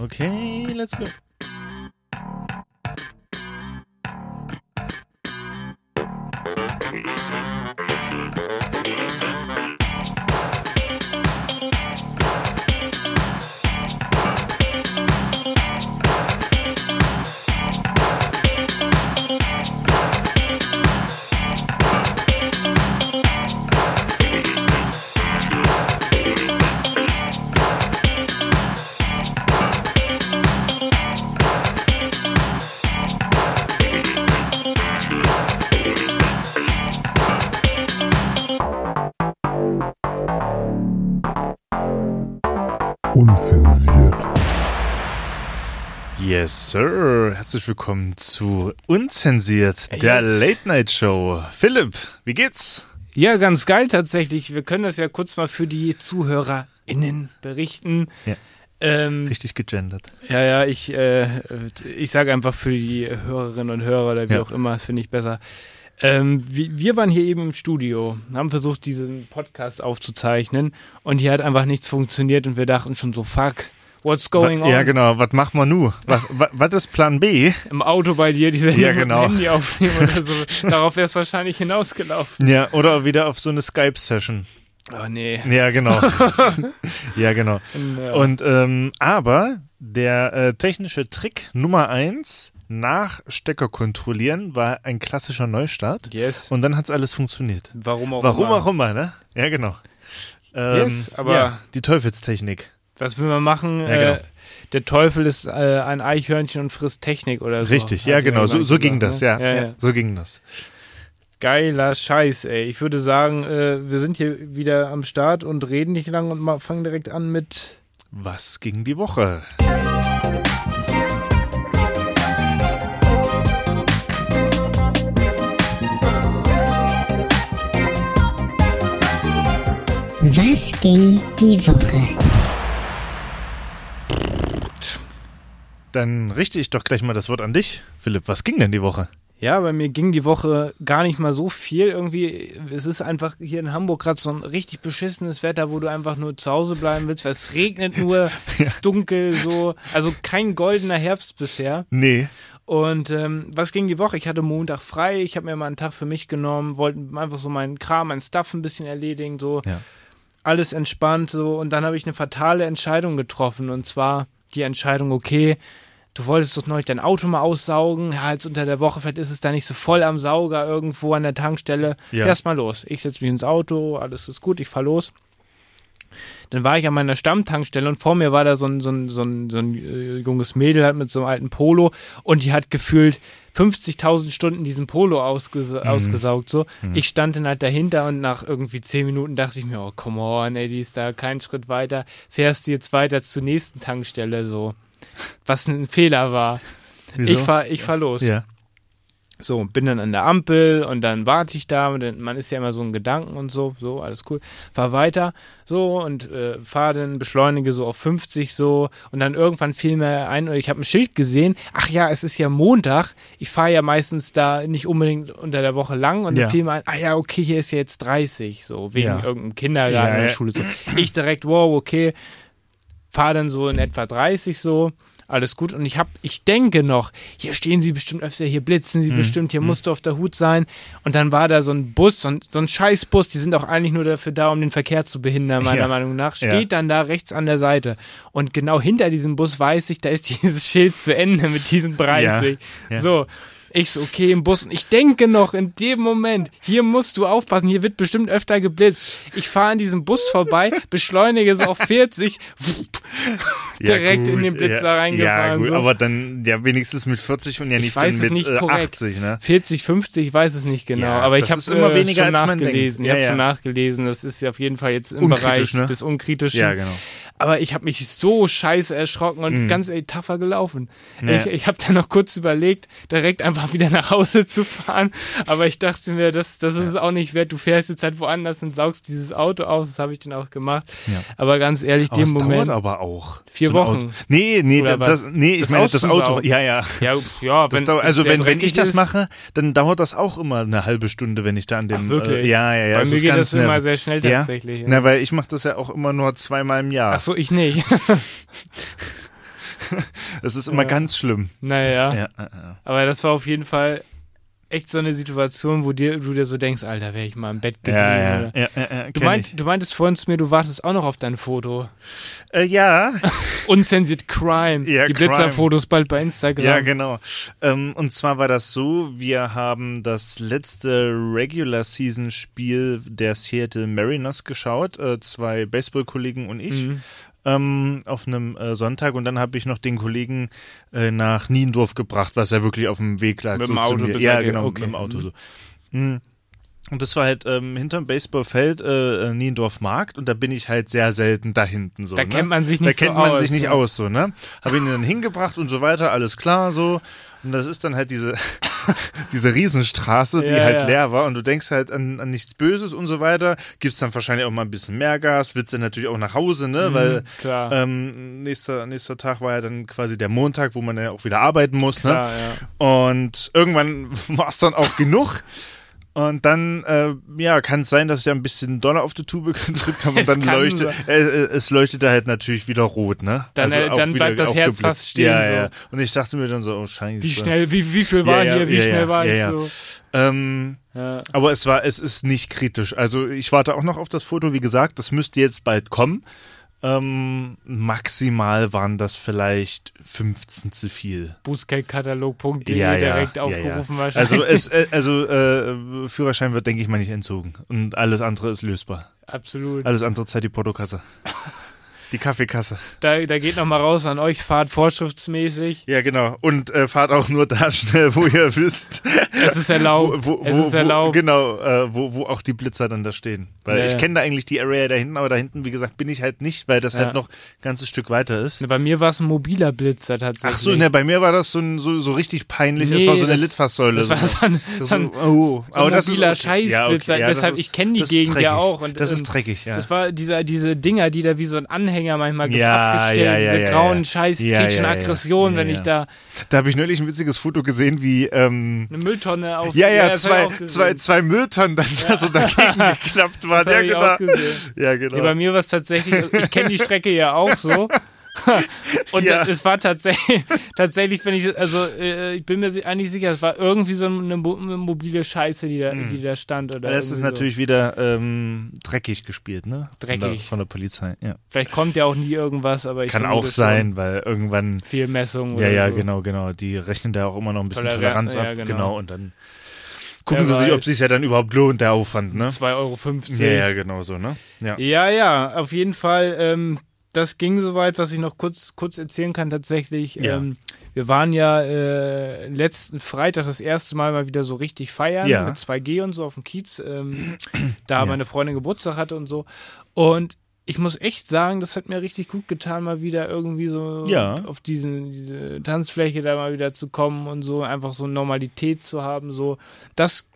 Okay, let's go. Unzensiert. Yes, sir. Herzlich willkommen zu Unzensiert, der Yes. Late Night Show. Philipp, wie geht's? Ja, ganz geil tatsächlich. Wir können das ja kurz mal für die ZuhörerInnen berichten. Ja. Ähm, Richtig gegendert. ja, ja, ich, äh, ich sage einfach für die Hörerinnen und Hörer oder wie Ja. auch immer, finde ich besser. Ähm, wir, wir waren hier eben im Studio, haben versucht, diesen Podcast aufzuzeichnen und hier hat einfach nichts funktioniert und wir dachten schon so, fuck, what's going Wa- on? Ja, genau. Was machen wir nu? Was, wa- was ist Plan B? Im Auto bei dir, diese Ja, genau. Handy aufnehmen oder so. Darauf wäre es wahrscheinlich hinausgelaufen. Ja, oder wieder auf so eine Skype-Session. Oh nee. Ja, genau. ja, genau. äh, Und ähm, aber der äh, technische Trick Nummer eins nach Stecker kontrollieren war ein klassischer Neustart. yes. Und dann hat's alles funktioniert. Warum auch Warum immer. auch immer, ne? Ja, genau. Ähm, Yes, aber- ja, die Teufelstechnik. Was will man machen? Ja, genau. äh, der Teufel ist äh, ein Eichhörnchen und frisst Technik oder so. Richtig, hat ja, jemand genau. So, so gesagt, ging ne? das, ja, Ja, ja, ja. So ging das. Geiler Scheiß, ey. Ich würde sagen, äh, wir sind hier wieder am Start und reden nicht lang und ma- fangen direkt an mit. Was ging die Woche? Was ging die Woche? Dann richte ich doch gleich mal das Wort an dich, Philipp. Was ging denn die Woche? Ja, bei mir ging die Woche gar nicht mal so viel irgendwie. Es ist einfach hier in Hamburg gerade so ein richtig beschissenes Wetter, wo du einfach nur zu Hause bleiben willst, weil es regnet nur, es ist dunkel, so. Also kein goldener Herbst bisher. Nee. Und ähm, was ging die Woche? Ich hatte Montag frei, ich habe mir mal einen Tag für mich genommen, wollte einfach so meinen Kram, meinen Stuff ein bisschen erledigen, so Ja. alles entspannt so. Und dann habe ich eine fatale Entscheidung getroffen und zwar die Entscheidung, okay, du wolltest doch neulich dein Auto mal aussaugen, ja, jetzt unter der Woche, vielleicht ist es da nicht so voll am Sauger irgendwo an der Tankstelle. Ja. Ja. Lass mal los. Ich setze mich ins Auto, alles ist gut, ich fahr los. Dann war ich an meiner Stammtankstelle und vor mir war da so ein, so ein, so ein, so ein äh, junges Mädel halt mit so einem alten Polo und die hat gefühlt 50.000 Stunden diesen Polo ausges ausgesaugt. So. Ich stand dann halt dahinter und nach irgendwie 10 Minuten dachte ich mir, oh, come on, ey, die ist da keinen Schritt weiter. Fährst du jetzt weiter zur nächsten Tankstelle so. Was ein Fehler war. Wieso? Ich fahr, ich fahr los. Ja. So, bin dann an der Ampel und dann warte ich da. Und dann, man ist ja immer so in Gedanken und so, so, alles cool. Fahr weiter, so und äh, fahr dann, beschleunige so auf 50 so. Und dann irgendwann fiel mir ein, und ich habe ein Schild gesehen. Ach ja, es ist ja Montag. Ich fahre ja meistens da nicht unbedingt unter der Woche lang. Und Ja. dann fiel mir ein, ah ja, okay, hier ist ja jetzt 30, so, wegen Ja. irgendeinem Kindergarten Ja, oder ja. Schule. So. Ich direkt, wow, okay, fahre dann so in etwa 30 so, alles gut. Und ich habe, ich denke noch, hier stehen sie bestimmt öfter, hier blitzen Mhm, sie bestimmt, hier musst du auf der Hut sein. Und dann war da so ein Bus, so ein, so ein Scheißbus, die sind auch eigentlich nur dafür da, um den Verkehr zu behindern, meiner Ja. Meinung nach. Ja. Steht dann da rechts an der Seite. Und genau hinter diesem Bus weiß ich, da ist dieses Schild zu Ende mit diesen 30. Ja. Ja. So. Ich so, okay, im Bus. Ich denke noch in dem Moment, hier musst du aufpassen, hier wird bestimmt öfter geblitzt. Ich fahre an diesem Bus vorbei, beschleunige so auf 40, direkt gut, in den Blitz ja, da reingefahren. Ja, gut, so. aber dann ja wenigstens mit 40 und ja Ich nicht weiß dann es mit nicht äh, korrekt. 80, ne? 40, 50, ich weiß es nicht genau, Ja, aber das ich habe ist immer äh, weniger, schon als man denkt. nachgelesen. Ich Ja, habe ja. schon nachgelesen, das ist ja auf jeden Fall jetzt im Unkritisch, Bereich ne? des Unkritischen. Ja, genau. Mhm. Aber ich habe mich so scheiße erschrocken und ganz ey, tapfer gelaufen. Ja. Ich, ich habe dann noch kurz überlegt, direkt einfach wieder nach Hause zu fahren. Aber ich dachte mir, das, das ist es auch nicht wert. Du fährst jetzt halt woanders und saugst dieses Auto aus. Das habe ich dann auch gemacht. Ja. Aber ganz ehrlich, Aber dem es dauert Moment. aber auch. Vier So ein Wochen. Auto. Nee, nee, Oder das, was? nee ich Das meine das Auto. auszusaugen. Ja, ja. Ja, ja, Das wenn, dauert, also wenn's wenn, sehr wenn ich dreckig das ist. mache, dann dauert das auch immer eine halbe Stunde, wenn ich da an dem. Ach, wirklich? Äh, ja, ja, ja. Bei es mir ist geht ganz das immer nervig. sehr schnell Ja? tatsächlich, ja. Na, weil ich mache das ja auch immer nur zweimal im Jahr. Ach so, ich nicht. Das ist immer Ja. ganz schlimm. Naja. Ja, äh, äh. Aber das war auf jeden Fall echt so eine Situation, wo dir, du dir so denkst, Alter, wäre ich mal im Bett geblieben. ja, ja, oder- ja, ja, ja, Du, kenn meint, ich. du meintest vorhin zu mir, du wartest auch noch auf dein Foto. Äh, ja, Unzensiert Crime. Ja, Die Crime. Blitzerfotos bald bei Instagram. ja, genau. Ähm, und zwar war das so, wir haben das letzte Regular Season Spiel der Seattle Mariners geschaut, äh, zwei Baseballkollegen und ich. ähm, auf einem äh, Sonntag und dann habe ich noch den Kollegen äh, nach Niendorf gebracht, was er wirklich auf dem Weg lag. Mit so dem zu Auto mir. bis Ja, seid ihr- genau, okay. mit dem Auto Mhm. so. Mhm. Und das war halt ähm, hinterm Baseballfeld äh, Niendorf Markt und da bin ich halt sehr selten da hinten so. Da ne? kennt man sich Da nicht kennt so man aus, sich nicht ne? aus so, ne? Habe ihn dann hingebracht und so weiter, alles klar so. Und das ist dann halt diese diese Riesenstraße, die Ja, halt ja. leer war und du denkst halt an, an nichts Böses und so weiter, gibst dann wahrscheinlich auch mal ein bisschen mehr Gas, willst dann natürlich auch nach Hause, ne? Weil Mhm, klar. ähm, nächster, nächster Tag war ja dann quasi der Montag, wo man ja auch wieder arbeiten muss, ne? Klar, ja. Und irgendwann war es dann auch genug. Und dann, äh, ja, kann es sein, dass ich da ein bisschen Dollar auf die Tube gedrückt habe und Es dann kann leuchtet, sein. äh, äh, es leuchtete halt natürlich wieder rot, ne? Dann, äh, auch dann wieder bleibt das Herz aufgeblitzt. fast stehen, Ja, so. ja. Und ich dachte mir dann so, oh Scheiße. Wie schnell, wie, wie viel war Ja, ja, hier, wie ja, schnell ja, war ja, ich ja. so? Ähm, Ja. aber es war, es ist nicht kritisch. Also ich warte auch noch auf das Foto, wie gesagt, das müsste jetzt bald kommen. Ähm, maximal waren das vielleicht 15 zu viel. Bußgeldkatalog.de direkt aufgerufen ja. wahrscheinlich. Also, es, äh, also äh, Führerschein wird, denke ich mal, nicht entzogen. Und alles andere ist lösbar. Absolut. Alles andere zahlt die Portokasse. Die Kaffeekasse. Da, da geht nochmal raus an euch, fahrt vorschriftsmäßig. Ja, genau. Und äh, fahrt auch nur da schnell, wo ihr wisst. Es ist erlaubt. Wo, wo, es wo, ist erlaubt. Wo, genau, äh, wo, wo auch die Blitzer dann da stehen. Weil Ja, ich ja. kenne da eigentlich die Area da hinten, aber da hinten, wie gesagt, bin ich halt nicht, weil das Ja. halt noch ein ganzes Stück weiter ist. Ne, Bei mir war es ein mobiler Blitzer tatsächlich. Ach so, ne, bei mir war das so, ein, so, so richtig peinlich. es Nee, war so eine das- Litfaßsäule. Das war so. ne? so ein, Das so ein, ist- oh, so ein aber das ist mobiler okay. Ja, okay, Scheißblitzer. ja, das Deshalb, ist- ich kenne die das ist Gegend ja dreckig. auch. Und, das ähm, ist dreckig, ja. Das war dieser, diese Dinger, die da wie so ein Anhänger manchmal ge- Ja, abgestellt, ja, ja, diese ja, grauen ja. scheiß Ja, ja, kritischen ja, ja. Aggressionen, Ja, wenn ja. ich da Da habe ich neulich ein witziges Foto gesehen, wie ähm, eine Mülltonne auf ja, ja, das hab zwei, ich auch gesehen. zwei, zwei Mülltonnen dann da so dagegen geklappt waren. Das Ja, hab ich auch genau. gesehen. ja, Nee, bei genau. mir war es tatsächlich, ich kenne die Strecke ja auch so. Und Ja. es war tatsächlich, tatsächlich, wenn ich, also äh, ich bin mir si- eigentlich sicher, es war irgendwie so eine mo- mobile Scheiße, die da, die da stand. Oder Hm. Das ist irgendwie so. natürlich wieder ähm, dreckig gespielt, ne? Von der, Dreckig. von der Polizei, ja. Vielleicht kommt ja auch nie irgendwas, aber ich Kann vermute auch schon. sein, weil irgendwann. Fehlmessung Ja, oder ja, so. genau, genau. Die rechnen da auch immer noch ein bisschen Toleran- Toleranz ab. ja, genau. genau. und dann gucken Wer sie sich, ob weiß. sich ja dann überhaupt lohnt, der Aufwand, ne? 2,50 Euro. Ja, ja, genau so, ne? Ja. Ja, ja, auf jeden Fall. Ähm, das ging soweit, was ich noch kurz, kurz erzählen kann tatsächlich. Ja. Ähm, wir waren ja äh, letzten Freitag das erste Mal mal wieder so richtig feiern Ja. mit 2G und so auf dem Kiez, ähm, da Ja. meine Freundin Geburtstag hatte und so. Und ich muss echt sagen, das hat mir richtig gut getan, mal wieder irgendwie so Ja. auf diesen, diese Tanzfläche da mal wieder zu kommen und so einfach so Normalität zu haben. So, das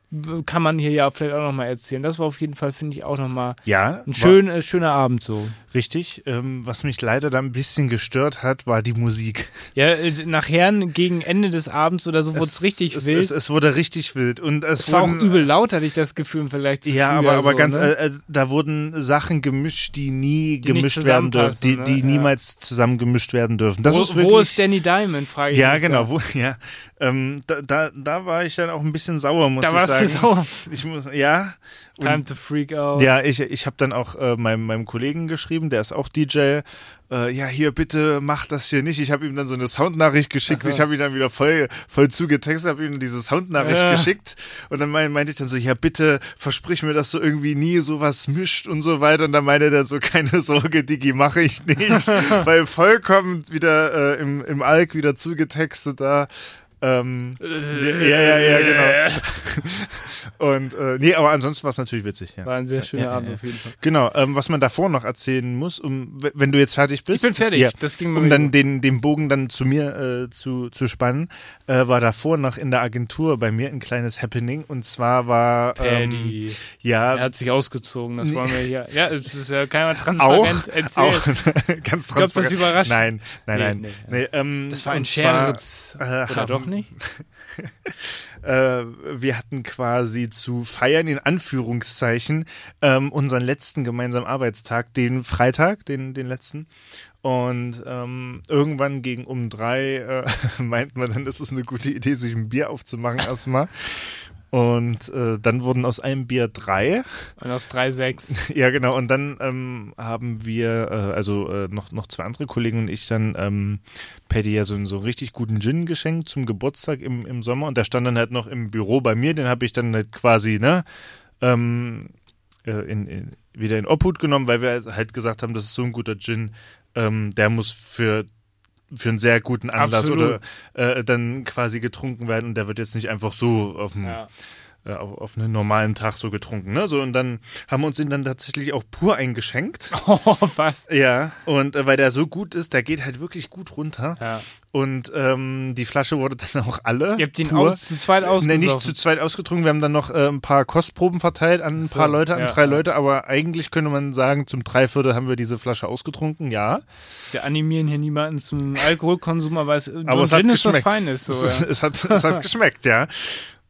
kann man hier ja vielleicht auch nochmal erzählen. Das war auf jeden Fall, finde ich, auch nochmal Ja, ein war- schön, äh, schöner Abend so. Richtig. Ähm, was mich leider da ein bisschen gestört hat, war die Musik. Ja, äh, nachher gegen Ende des Abends oder so wurde es richtig es, wild. Es, es wurde richtig wild. Und es, es war auch wurden- übel laut, hatte ich das Gefühl im Vergleich zu Ja, früher aber, aber so, ganz, ne? äh, äh, da wurden Sachen gemischt, die nie Die nicht gemischt werden dürfen, die, zusammenpassen, die ne? Ja. niemals zusammen gemischt werden dürfen. Das wo, ist wirklich, wo ist Danny Diamond, frage ich ja, mich genau, Da. wo, ja. Ähm, da, da, da war ich dann auch ein bisschen sauer, muss Da ich warst du sagen. sauer. Ich muss, ja. Und- Time to freak out. ja, ich, ich habe dann auch äh, meinem, meinem Kollegen geschrieben, der ist auch DJ. Äh, ja, hier bitte mach das hier nicht. Ich habe ihm dann so eine Soundnachricht geschickt. Ach so. Ich habe ihn dann wieder voll, voll zugetextet, habe ihm diese Soundnachricht Ja. geschickt. Und dann mein, meinte ich dann so, ja bitte versprich mir, dass du irgendwie nie sowas mischt und so weiter. Und dann meinte er so, keine Sorge, Digi, mache ich nicht. Weil vollkommen wieder äh, im, im Alk wieder zugetextet da. Ähm, Äh, ja, ja, ja, genau. Und äh, nee, aber ansonsten war es natürlich witzig, ja. War ein sehr schöner Ja, ja, Abend ja. auf jeden Fall. Genau, ähm, was man davor noch erzählen muss, um, w- wenn du jetzt fertig Ich bist. bin fertig. Ja. Das ging mir Um dann gut. den, den Bogen dann zu mir äh, zu, zu spannen, äh, war davor noch in der Agentur bei mir ein kleines Happening und zwar war ähm, Paddy. er ja Äh, hat sich ausgezogen, das Nee. wollen wir hier. Ja, es ist ja keiner auch, transparent erzählt. auch ganz transparent. überrascht. Nein, nein, Nee, nein. nee, Nee, ähm, Das war ein und zwar, Scherz. äh, Oder haben, doch nicht? äh, wir hatten quasi zu feiern, in Anführungszeichen, ähm, unseren letzten gemeinsamen Arbeitstag, den Freitag, den, den letzten. Und ähm, irgendwann gegen um drei äh, meint man dann, es ist eine gute Idee, sich ein Bier aufzumachen erstmal. Und äh, dann wurden aus einem Bier drei. Und aus 3,6. Ja, genau. Und dann ähm, haben wir, äh, also äh, noch, noch zwei andere Kollegen und ich dann ähm, Paddy ja so, einen- so einen richtig guten Gin geschenkt zum Geburtstag im, im Sommer. Und der stand dann halt noch im Büro bei mir. Den habe ich dann halt quasi, ne, ähm, äh, in, in, wieder in Obhut genommen, weil wir halt gesagt haben, das ist so ein guter Gin, ähm, der muss für für einen sehr guten Anlass Absolut. oder äh, dann quasi getrunken werden und der wird jetzt nicht einfach so auf dem Ja. äh, auf, auf einen normalen Tag so getrunken. Ne? So, und dann haben wir uns den dann tatsächlich auch pur eingeschenkt. Oh, was? Ja, und äh, weil der so gut ist, der geht halt wirklich gut runter. Ja. Und ähm, die Flasche wurde dann auch alle. Ihr habt ihn pur. aus, zu zweit Nee, ausgesoffen. nicht zu zweit ausgetrunken. Wir haben dann noch äh, ein paar Kostproben verteilt an ein so, paar Leute, an ja, drei ja. Leute. Aber eigentlich könnte man sagen, zum Dreiviertel haben wir diese Flasche ausgetrunken, ja. Wir animieren hier niemanden zum Alkoholkonsum, aber es, so ein Aber es Gin hat ist was geschmeckt. Feines. So, es, ja. es, hat, es hat geschmeckt, ja.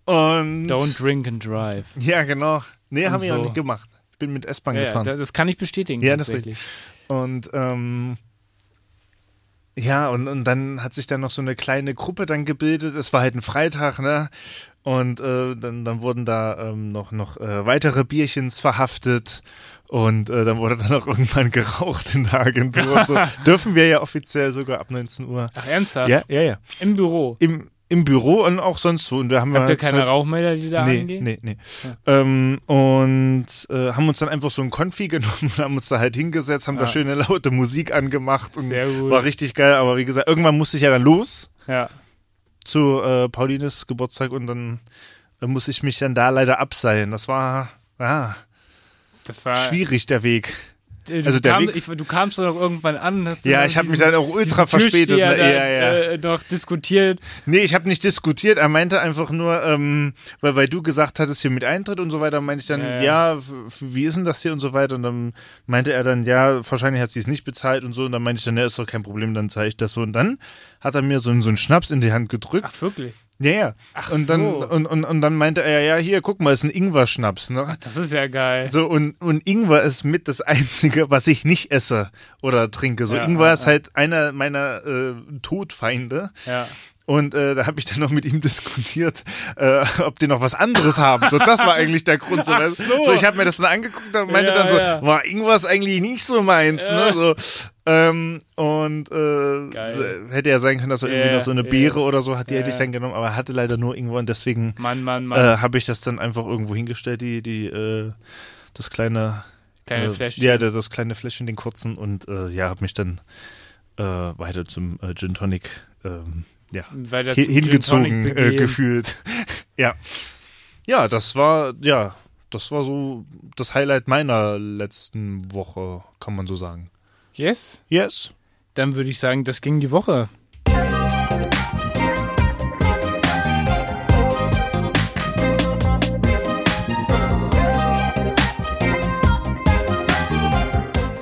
Und Don't drink and drive. ja, genau. Nee, haben wir so. auch nicht gemacht. Ich bin mit S-Bahn Ja, gefahren. da- das kann ich bestätigen. Ja, das tatsächlich. Und ähm, ja, und, und dann hat sich dann noch so eine kleine Gruppe dann gebildet. Es war halt ein Freitag, ne? Und äh, dann, dann wurden da ähm, noch, noch äh, weitere Bierchens verhaftet. Und äh, dann wurde dann auch irgendwann geraucht in der Agentur. und so. Dürfen wir ja offiziell sogar ab 19 Uhr. Ach, ernsthaft? Ja, ja, ja. Im Büro. Im, im Büro und auch sonst wo. Und da haben wir Habt ihr halt keine halt- Rauchmelder, die da nee, angehen? Nee, nee. Ähm, und äh, haben uns dann einfach so ein Konfi genommen und haben uns da halt hingesetzt, haben da Ah. schöne laute Musik angemacht und Sehr gut. war richtig geil. Aber wie gesagt, irgendwann musste ich ja dann los Ja. zu äh, Paulines Geburtstag und dann äh, muss ich mich dann da leider abseilen. Das war ja, Das war schwierig, der Weg. Äh, Du, Also der kam, Weg- ich, du kamst dann auch irgendwann an. und Hast Ja, ich habe mich dann auch ultra verspätet. verspätet. Ne? Ja, ja, ja. Äh, doch diskutiert. Nee, ich habe nicht diskutiert. Er meinte einfach nur, ähm, weil, weil du gesagt hattest, hier mit Eintritt und so weiter, meinte ich dann, Ja, ja. ja, f- f- wie ist denn das hier und so weiter. Und dann meinte er dann, ja, wahrscheinlich hat sie es nicht bezahlt und so. Und dann meinte ich dann, ja, ist doch kein Problem, dann zeige ich das so. Und dann hat er mir so, einen- so einen Schnaps in die Hand gedrückt. Ach, wirklich? ja, ja. Ach und, dann, so. und, und, und dann meinte er, ja, hier, guck mal, ist ein Ingwer-Schnaps. Ne? Das ist ja geil. So, und, und Ingwer ist mit das Einzige, was ich nicht esse oder trinke. So, Ja, Ingwer ja, ist halt einer meiner äh, Todfeinde. Ja. Und äh, da habe ich dann noch mit ihm diskutiert, äh, ob die noch was anderes haben. So, das war eigentlich der Grund. So, Ach weißt du? so. so ich habe mir das dann angeguckt und meinte Ja, dann so, ja. war irgendwas eigentlich nicht so meins. Ja. Ne? So, ähm, und Geil. äh, hätte ja sein können, dass er irgendwie Ja, noch so eine ja. Beere oder so hat, die Ja, hätte ich ja. dann genommen, aber er hatte leider nur irgendwo und deswegen Mann, Mann, äh, Mann. habe ich das dann einfach irgendwo hingestellt, die, die, äh, das kleine, Kleine äh, Fläschchen. Ja, da- das kleine Fläschchen, den kurzen und äh, ja, habe mich dann äh, weiter zum äh, Gin Tonic ähm, ja, Weiter hin- zum Gin hingezogen Tonic äh, begeben. gefühlt. ja. Ja, das war, ja, das war so das Highlight meiner letzten Woche, kann man so sagen. Yes. Yes. Dann würde ich sagen, das ging die Woche.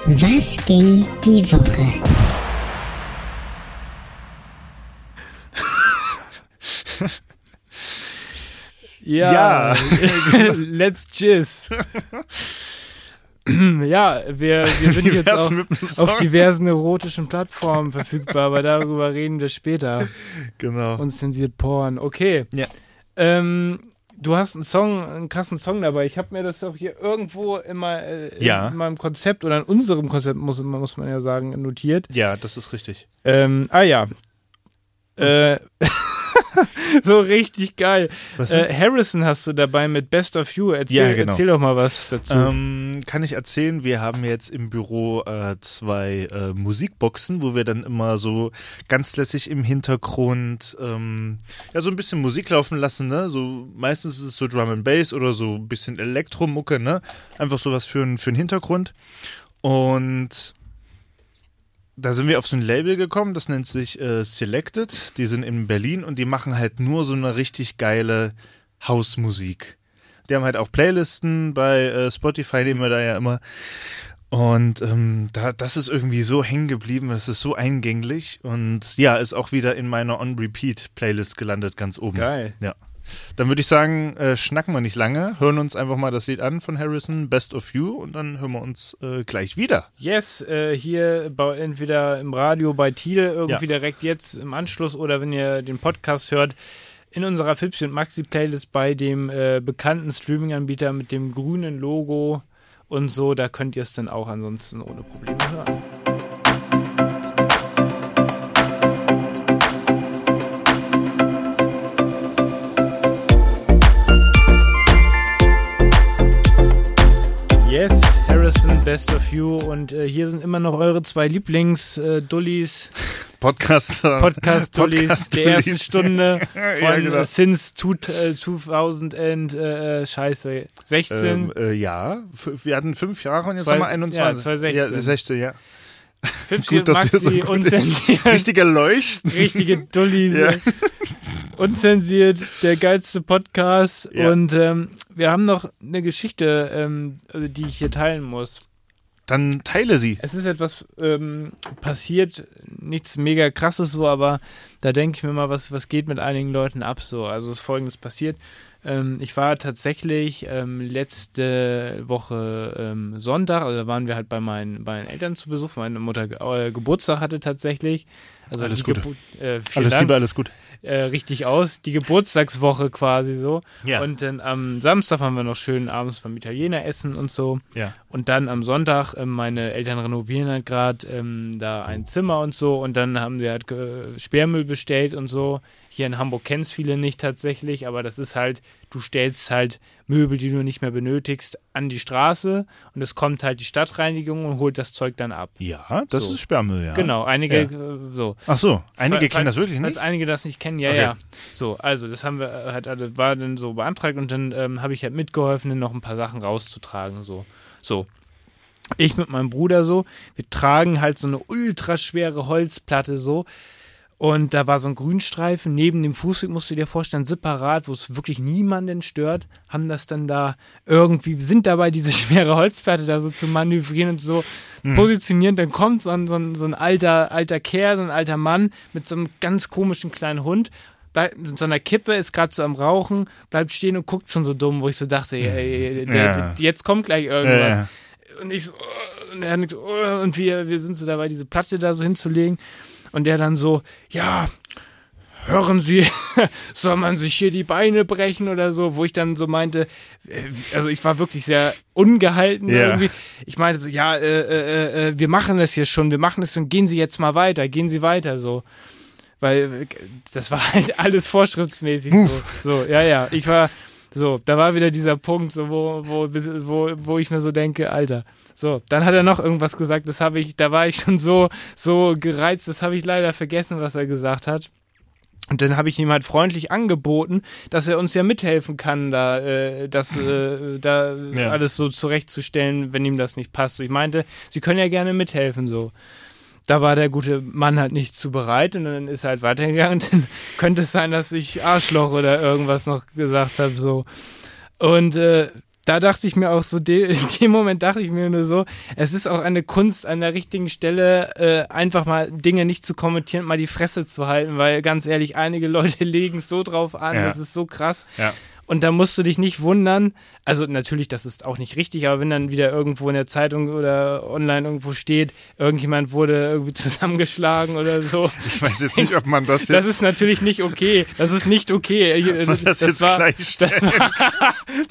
Was ging die Woche? Ja. Let's jizz. ja, wir, wir sind Wie jetzt wär's auch mit dem auf Song? diversen erotischen Plattformen verfügbar, aber darüber reden wir später. Genau. Unzensiert Porn. Okay. Ja. Ähm, du hast einen Song, einen krassen Song dabei. Ich habe mir das auch hier irgendwo immer äh, Ja. in meinem Konzept oder in unserem Konzept, muss, muss man ja sagen, notiert. Ja, das ist richtig. Ähm, ah ja. Äh, so richtig geil. Was Äh, Harrison hast du dabei mit Best of You. Erzähl, Ja, genau. erzähl doch mal was dazu. Ähm, kann ich erzählen, wir haben jetzt im Büro äh, zwei äh, Musikboxen, wo wir dann immer so ganz lässig im Hintergrund ähm, ja so ein bisschen Musik laufen lassen, ne? So meistens ist es so Drum and Bass oder so ein bisschen Elektromucke, ne? Einfach sowas für einen für einen Hintergrund. Und da sind wir auf so ein Label gekommen, das nennt sich äh, Selected. Die sind in Berlin und die machen halt nur so eine richtig geile Hausmusik. Die haben halt auch Playlisten bei äh, Spotify, nehmen wir da ja immer. Und ähm, da, das ist irgendwie so hängen geblieben, das ist so eingänglich und ja, ist auch wieder in meiner On-Repeat-Playlist gelandet, ganz oben. Geil. Ja. Dann würde ich sagen, äh, schnacken wir nicht lange, hören uns einfach mal das Lied an von Harrison, Best of You, und dann hören wir uns äh, gleich wieder. Yes, äh, hier bei, entweder im Radio bei Thiel, irgendwie Ja. direkt jetzt im Anschluss oder wenn ihr den Podcast hört, in unserer Fipsi und Maxi-Playlist bei dem äh, bekannten Streaming-Anbieter mit dem grünen Logo und so, da könnt ihr es dann auch ansonsten ohne Probleme hören. Yes, Harrison, best of you. Und äh, hier sind immer noch eure zwei äh, Lieblings-Dullis. Podcaster. Podcast-Dullis der Podcast-Dullis. ersten Stunde von Ja, genau. äh, since two, äh, 2000 and, äh, scheiße, 16. Ähm, äh, ja, F wir hatten fünf Jahre und jetzt Zwei- haben wir 21. ja, 2016. Ja, 16, ja. Pipsi gut, und dass wir so Maxi gut- unzensiert, Richtiger Leuchten. richtige Dullis. Ja. Unzensiert, der geilste Podcast. Ja. Und ähm, wir haben noch eine Geschichte, ähm, also die ich hier teilen muss. Dann teile sie. Es ist etwas ähm, passiert, nichts mega krasses so, aber da denke ich mir mal, was, was geht mit einigen Leuten ab so. Also ist folgendes passiert. Ähm, ich war tatsächlich ähm, letzte Woche ähm, Sonntag, also da waren wir halt bei meinen, bei meinen Eltern zu Besuch. Meine Mutter ge äh, Geburtstag hatte tatsächlich. Also Alles die Gute. Geburt- äh, vielen Alles Dank Liebe, alles gut. äh, richtig aus. Die Geburtstagswoche quasi so. Ja. Und dann am Samstag waren wir noch schön abends beim Italiener essen und so. Ja. Und dann am Sonntag, ähm, meine Eltern renovieren halt gerade ähm, da ein Zimmer und so. Und dann haben sie halt äh, Sperrmüll bestellt und so. Hier in Hamburg kennen es viele nicht tatsächlich, aber das ist halt, du stellst halt Möbel, die du nicht mehr benötigst, an die Straße. Und es kommt halt die Stadtreinigung und holt das Zeug dann ab. Ja, das So. ist Sperrmüll, ja. Genau, einige Ja. äh, so. Ach so, einige Weil- kennen das falls- wirklich Falls nicht. einige das nicht kennen, ja, Okay. ja. So, also das haben wir äh, halt, alle- war dann so beantragt und dann ähm, habe ich halt mitgeholfen, dann noch ein paar Sachen rauszutragen, so. So. Ich mit meinem Bruder so, wir tragen halt so eine ultraschwere Holzplatte so. Und da war so ein Grünstreifen neben dem Fußweg, musst du dir vorstellen, separat, wo es wirklich niemanden stört, haben das dann da irgendwie, sind dabei diese schwere Holzplatte da so zu manövrieren und so positionieren. Dann kommt so ein, so ein, so ein alter, alter Kerl, so ein alter Mann mit so einem ganz komischen kleinen Hund, bleibt mit so einer Kippe, ist gerade so am Rauchen, bleibt stehen und guckt schon so dumm, wo ich so dachte, ey, ey, der, Ja. jetzt kommt gleich Ja, irgendwas. ja. Und ich so, oh, und er nickt, oh, und wir, wir sind so dabei, diese Platte da so hinzulegen. Und der dann so, ja, hören Sie, soll man sich hier die Beine brechen oder so, wo ich dann so meinte, äh, also ich war wirklich sehr ungehalten Ja. irgendwie. Ich meinte so, ja, äh, äh, äh, wir machen das hier schon, wir machen das schon, gehen Sie jetzt mal weiter, gehen Sie weiter so. Weil äh, das war halt alles vorschriftsmäßig. So, so, ja, ja. Ich war, so, da war wieder dieser Punkt, so, wo, wo, wo, wo ich mir so denke, Alter. So, dann hat er noch irgendwas gesagt, das habe ich, da war ich schon so, so gereizt, das habe ich leider vergessen, was er gesagt hat. Und dann habe ich ihm halt freundlich angeboten, dass er uns ja mithelfen kann, da äh, das äh, da Ja. alles so zurechtzustellen, wenn ihm das nicht passt. Ich meinte, sie können ja gerne mithelfen so. Da war der gute Mann halt nicht zu bereit und dann ist er halt weitergegangen. Dann könnte es sein, dass ich Arschloch oder irgendwas noch gesagt habe so. Und äh, da dachte ich mir auch so, de in dem Moment dachte ich mir nur so, es ist auch eine Kunst, an der richtigen Stelle äh, einfach mal Dinge nicht zu kommentieren, mal die Fresse zu halten, weil ganz ehrlich, einige Leute legen es so drauf an, Ja. das ist so krass. Ja. Und da musst du dich nicht wundern, also natürlich, das ist auch nicht richtig, aber wenn dann wieder irgendwo in der Zeitung oder online irgendwo steht, irgendjemand wurde irgendwie zusammengeschlagen oder so, Ich weiß jetzt nicht, ob man das das jetzt, ist natürlich nicht okay. Das ist nicht okay. Äh, ob man das jetzt war, gleichstellt.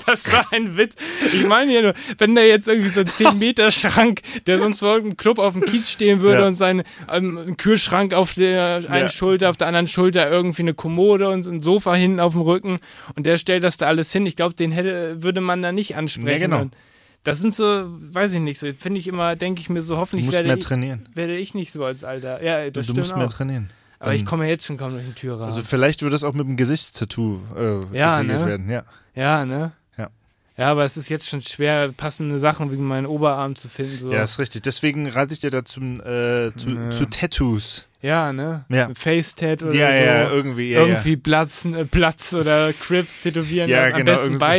das war ein Witz. Ich meine ja nur, wenn da jetzt irgendwie so ein 10-Meter-Schrank, der sonst vor irgendeinem Club auf dem Kiez stehen würde Ja. und sein ähm, Kühlschrank auf der einen Ja. Schulter, auf der anderen Schulter irgendwie eine Kommode und ein Sofa hinten auf dem Rücken und der stellt das da alles hin. Ich glaube, den hätte, würde man da nicht ansprechen. Ja, genau. Und das sind so, weiß ich nicht, so finde ich immer, denke ich mir so, Du hoffentlich musst mehr werde ich, trainieren. werde ich nicht so als Alter. Ja, das Du stimmt musst auch. mehr trainieren. Aber ich komme jetzt schon kaum durch den Türrahmen. Also vielleicht würde das auch mit dem Gesichtstattoo äh, Ja, definiert ne? werden. Ja. Ja, ne? Ja. Ja, aber es ist jetzt schon schwer, passende Sachen wegen meinen Oberarm zu finden. So. ja, ist richtig. Deswegen rate ich dir dazu äh, zu, zu Tattoos. Ja, ne? Ja. Face-Tat oder Ja, so. ja, irgendwie, ja, ja. irgendwie Platz, äh, Platz oder Crips tätowieren. Ja, Ja, Am genau, besten irgendwie so.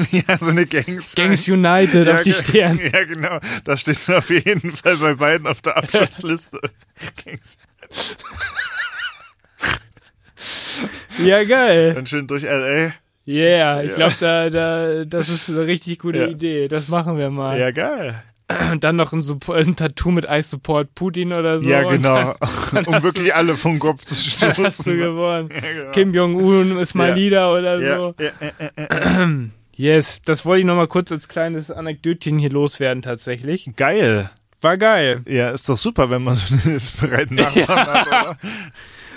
beides. ja, so eine Gangs. Gangs United auf die ge- Stirn. Ja, genau. Da steht es auf jeden Fall bei beiden auf der Abschlussliste. Gangs. Ja, geil. Dann schön durch L.A. Yeah, ich glaube, da, da, das ist eine richtig gute Ja. Idee. Das machen wir mal. Ja, geil. Und dann noch ein, Suppo- ein Tattoo mit Ice Support Putin oder so. ja, und genau. um hast wirklich alle vom Kopf zu Dann, dann hast du stoßen. gewonnen. genau. Kim Jong-un ist mal Ja. Leader oder so. ja, ja, ja, ja. Yes, das wollte ich nochmal kurz als kleines Anekdötchen hier loswerden tatsächlich. Geil. War geil. Ja, ist doch super, wenn man so einen hilfsbereiten Nachbarn hat, oder?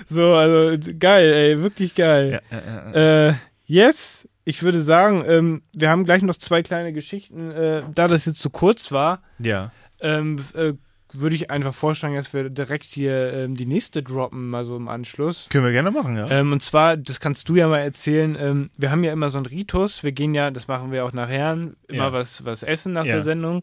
So, also geil, ey, wirklich geil. Äh, yes, ich würde sagen, ähm, wir haben gleich noch zwei kleine Geschichten. Äh, da das jetzt zu kurz war, Ja. ähm, f- äh, würde ich einfach vorschlagen, dass wir direkt hier ähm, die nächste droppen, mal so im Anschluss. Können wir gerne machen, ja. Ähm, und zwar, das kannst du ja mal erzählen, ähm, wir haben ja immer so einen Ritus, wir gehen ja, das machen wir auch nachher, immer Ja. was, was essen nach Ja. der Sendung.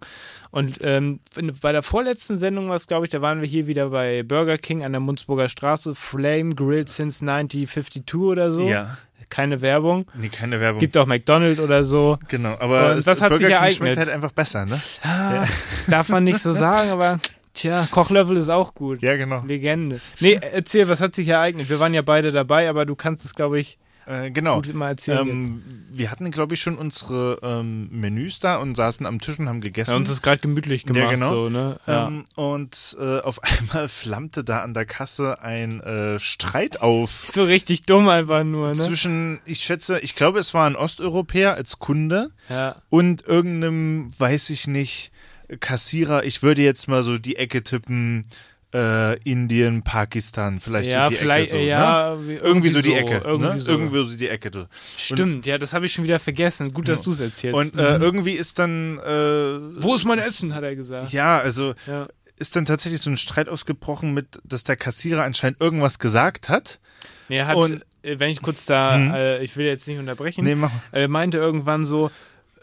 Und ähm, in- bei der vorletzten Sendung war es, glaube ich, da waren wir hier wieder bei Burger King an der Munzburger Straße, Flame Grilled since 1952 oder so. Ja. Hm. Keine Werbung. Nee, keine Werbung. Gibt auch McDonald's oder so. genau, aber Und es- das hat Burger sich King ereignet. schmeckt halt einfach besser, ne? Ah, Darf man nicht so sagen, aber tja, Kochlöffel ist auch gut. Ja, genau. Legende. Nee, erzähl, was hat sich ereignet? Wir waren ja beide dabei, aber du kannst es, glaube ich, Äh, genau. gut mal erzählen. jetzt. Ähm, wir hatten, glaube ich, schon unsere ähm, Menüs da und saßen am Tisch und haben gegessen. Ja, uns ist gerade gemütlich Ja, gemacht, genau. so, ne? Ja. ähm, und äh, auf einmal flammte da an der Kasse ein äh, Streit auf so richtig dumm einfach nur, ne? zwischen, ich schätze, ich glaube, es war ein Osteuropäer als Kunde Ja. und irgendeinem, weiß ich nicht, Kassierer. Ich würde jetzt mal so die Ecke tippen, äh, Indien, Pakistan, vielleicht Ja, so die vielleicht, Ecke so, ne? ja, wie- Irgendwie so die Ecke, Irgendwie ne? so. Irgendwie so die Ecke. so. Stimmt, ja, das habe ich schon wieder vergessen. Gut, dass du es erzählst. Mhm. Und äh, irgendwie ist dann äh, Wo ist mein Essen, hat er gesagt. ja, also Ja. ist dann tatsächlich so ein Streit ausgebrochen mit, dass der Kassierer anscheinend irgendwas gesagt hat. Nee, er hat, Und- Mhm. äh, wenn ich kurz da, äh, ich will jetzt nicht unterbrechen, Nee, mach. er meinte irgendwann so,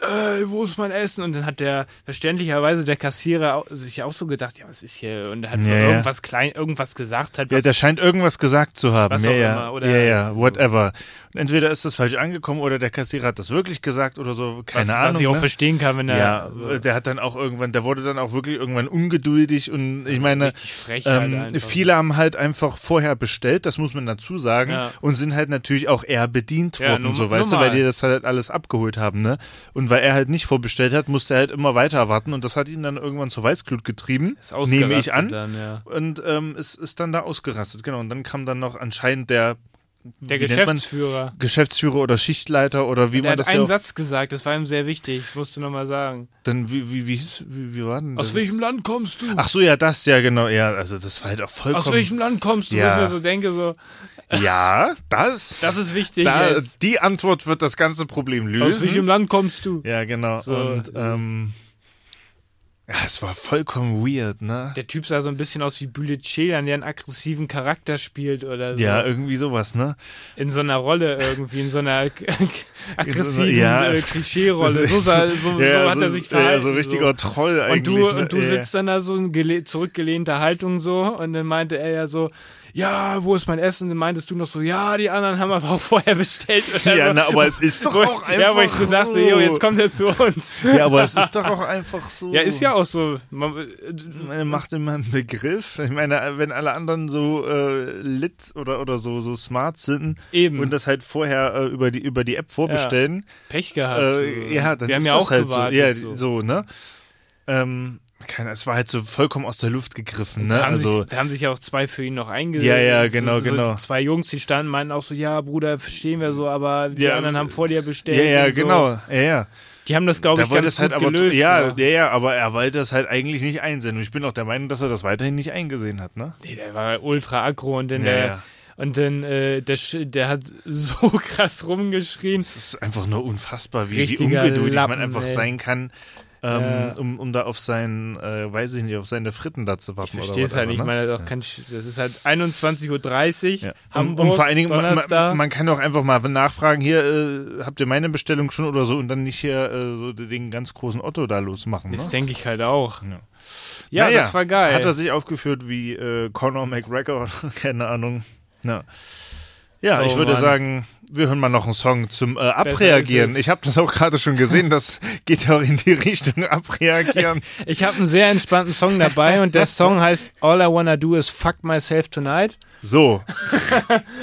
äh, wo ist mein Essen? Und dann hat der, verständlicherweise der Kassierer au- sich auch so gedacht, ja, was ist hier? Und er hat Ja, wohl ja. irgendwas klein, irgendwas gesagt, hat Ja, was der scheint irgendwas gesagt zu haben. Was ja, auch ja. immer, oder- ja, ja, whatever. Und entweder ist das falsch angekommen oder der Kassierer hat das wirklich gesagt oder so, keine was, Ahnung. was ich auch ne? verstehen kann, wenn er ja, äh, der hat dann auch irgendwann, der wurde dann auch wirklich irgendwann ungeduldig und ich meine, Äh, richtig frech halt ne, ähm, einfach. viele haben halt einfach vorher bestellt, das muss man dazu sagen, Ja. und sind halt natürlich auch eher bedient Ja, worden, norm- so weißt du, normal. weil die das halt alles abgeholt haben, ne? Und weil er halt nicht vorbestellt hat, musste er halt immer weiter warten und das hat ihn dann irgendwann zur Weißglut getrieben, Ist nehme ich ausgerastet an. Dann, ja. Und ähm, ist, ist dann da ausgerastet, genau. Und dann kam dann noch anscheinend der, Der wie nennt man's? Geschäftsführer. Geschäftsführer oder Schichtleiter oder wie Der man hat das ja einen auch, Satz gesagt, das war ihm sehr wichtig, musst du nochmal sagen. dann wie wie wie, hieß, wie, wie war denn das? welchem Land kommst du? Ach so, ja, das, ja, genau, ja, also das war halt auch vollkommen. Aus welchem Land kommst du? Ja. Wo ich mir so denke, so, Ja, das. das ist wichtig. da, jetzt. die Antwort wird das ganze Problem Aus welchem lösen. Land kommst du? Ja, genau. So, Und ähm, ja, es war vollkommen weird, ne? Der Typ sah so ein bisschen aus wie Bühle Ceylan, der einen aggressiven Charakter spielt oder so. Ja, irgendwie sowas, ne? in so einer Rolle irgendwie, in so einer aggressiven ja. äh, Klischee-Rolle. So, sah- so, so hat er sich verhalten. Ja, so richtiger Troll Und eigentlich. du, ne? und du ja. sitzt dann da so in gele- zurückgelehnter Haltung so und dann meinte er ja so, ja, wo ist mein Essen? Und dann meintest du noch so, ja, die anderen haben aber auch vorher bestellt. Oder Ja, so. na, aber es ist doch Wo- auch einfach ja, wo ich so dachte, jo, jetzt kommt er zu uns. Ja, aber es ist doch auch einfach so. Ja, ist ja auch so. Man, äh, Man macht immer einen Begriff. Ich meine, wenn alle anderen so äh, lit oder, oder so, so smart sind Eben. und das halt vorher äh, über, die, über die App vorbestellen, Pech gehabt. äh, so. ja, dann Wir haben ist ja das auch halt gewartet. so. Ja, so. so, ne? Ähm, keine, es war halt so vollkommen aus der Luft gegriffen, ne? Da haben, Also, sich, da haben sich ja auch zwei für ihn noch eingesetzt. Ja, ja, genau, so, so genau. Zwei Jungs, die standen, meinten auch so, ja, Bruder, verstehen wir so, aber die Ja, anderen haben vor dir ja, bestellt. ja, und so. genau, ja, ja. Die haben das, glaube ich, Da wollte ganz es gut halt aber, gelöst. ja, aber- ja, ja, aber er wollte das halt eigentlich nicht einsehen. Und ich bin auch der Meinung, dass er das weiterhin nicht eingesehen hat, ne? Nee, der war ultra aggro und dann Ja, der, ja. und dann äh, der, Sch- der hat so krass rumgeschrien. Das ist einfach nur unfassbar, wie, wie Richtiger ungeduldig man Lappen, einfach ey. sein kann. ähm, Ja. um, um da auf seinen, äh, weiß ich nicht, auf seine Fritten da zu Ich wappen. verstehe es oder halt nicht. whatever, Ich meine, das, ist auch kein, Sch- das ist halt 21.30 Uhr, Ja. Und, Hamburg, und vor allen Dingen, man, Donnerstag. man, man kann auch einfach mal nachfragen, hier, äh, habt ihr meine Bestellung schon oder so und dann nicht hier äh, so den ganz großen Otto da losmachen. Ne? das denke ich halt auch. Ja. Ja, ja Naja, das war geil. Hat er sich aufgeführt wie äh, Conor McGregor, keine Ahnung. Ja, ja Oh, ich würde Mann. sagen, wir hören mal noch einen Song zum äh, ist Abreagieren. es. Ich habe das auch gerade schon gesehen, das geht ja auch in die Richtung Abreagieren. Ich habe einen sehr entspannten Song dabei und der Song heißt All I Wanna Do Is Fuck Myself Tonight So,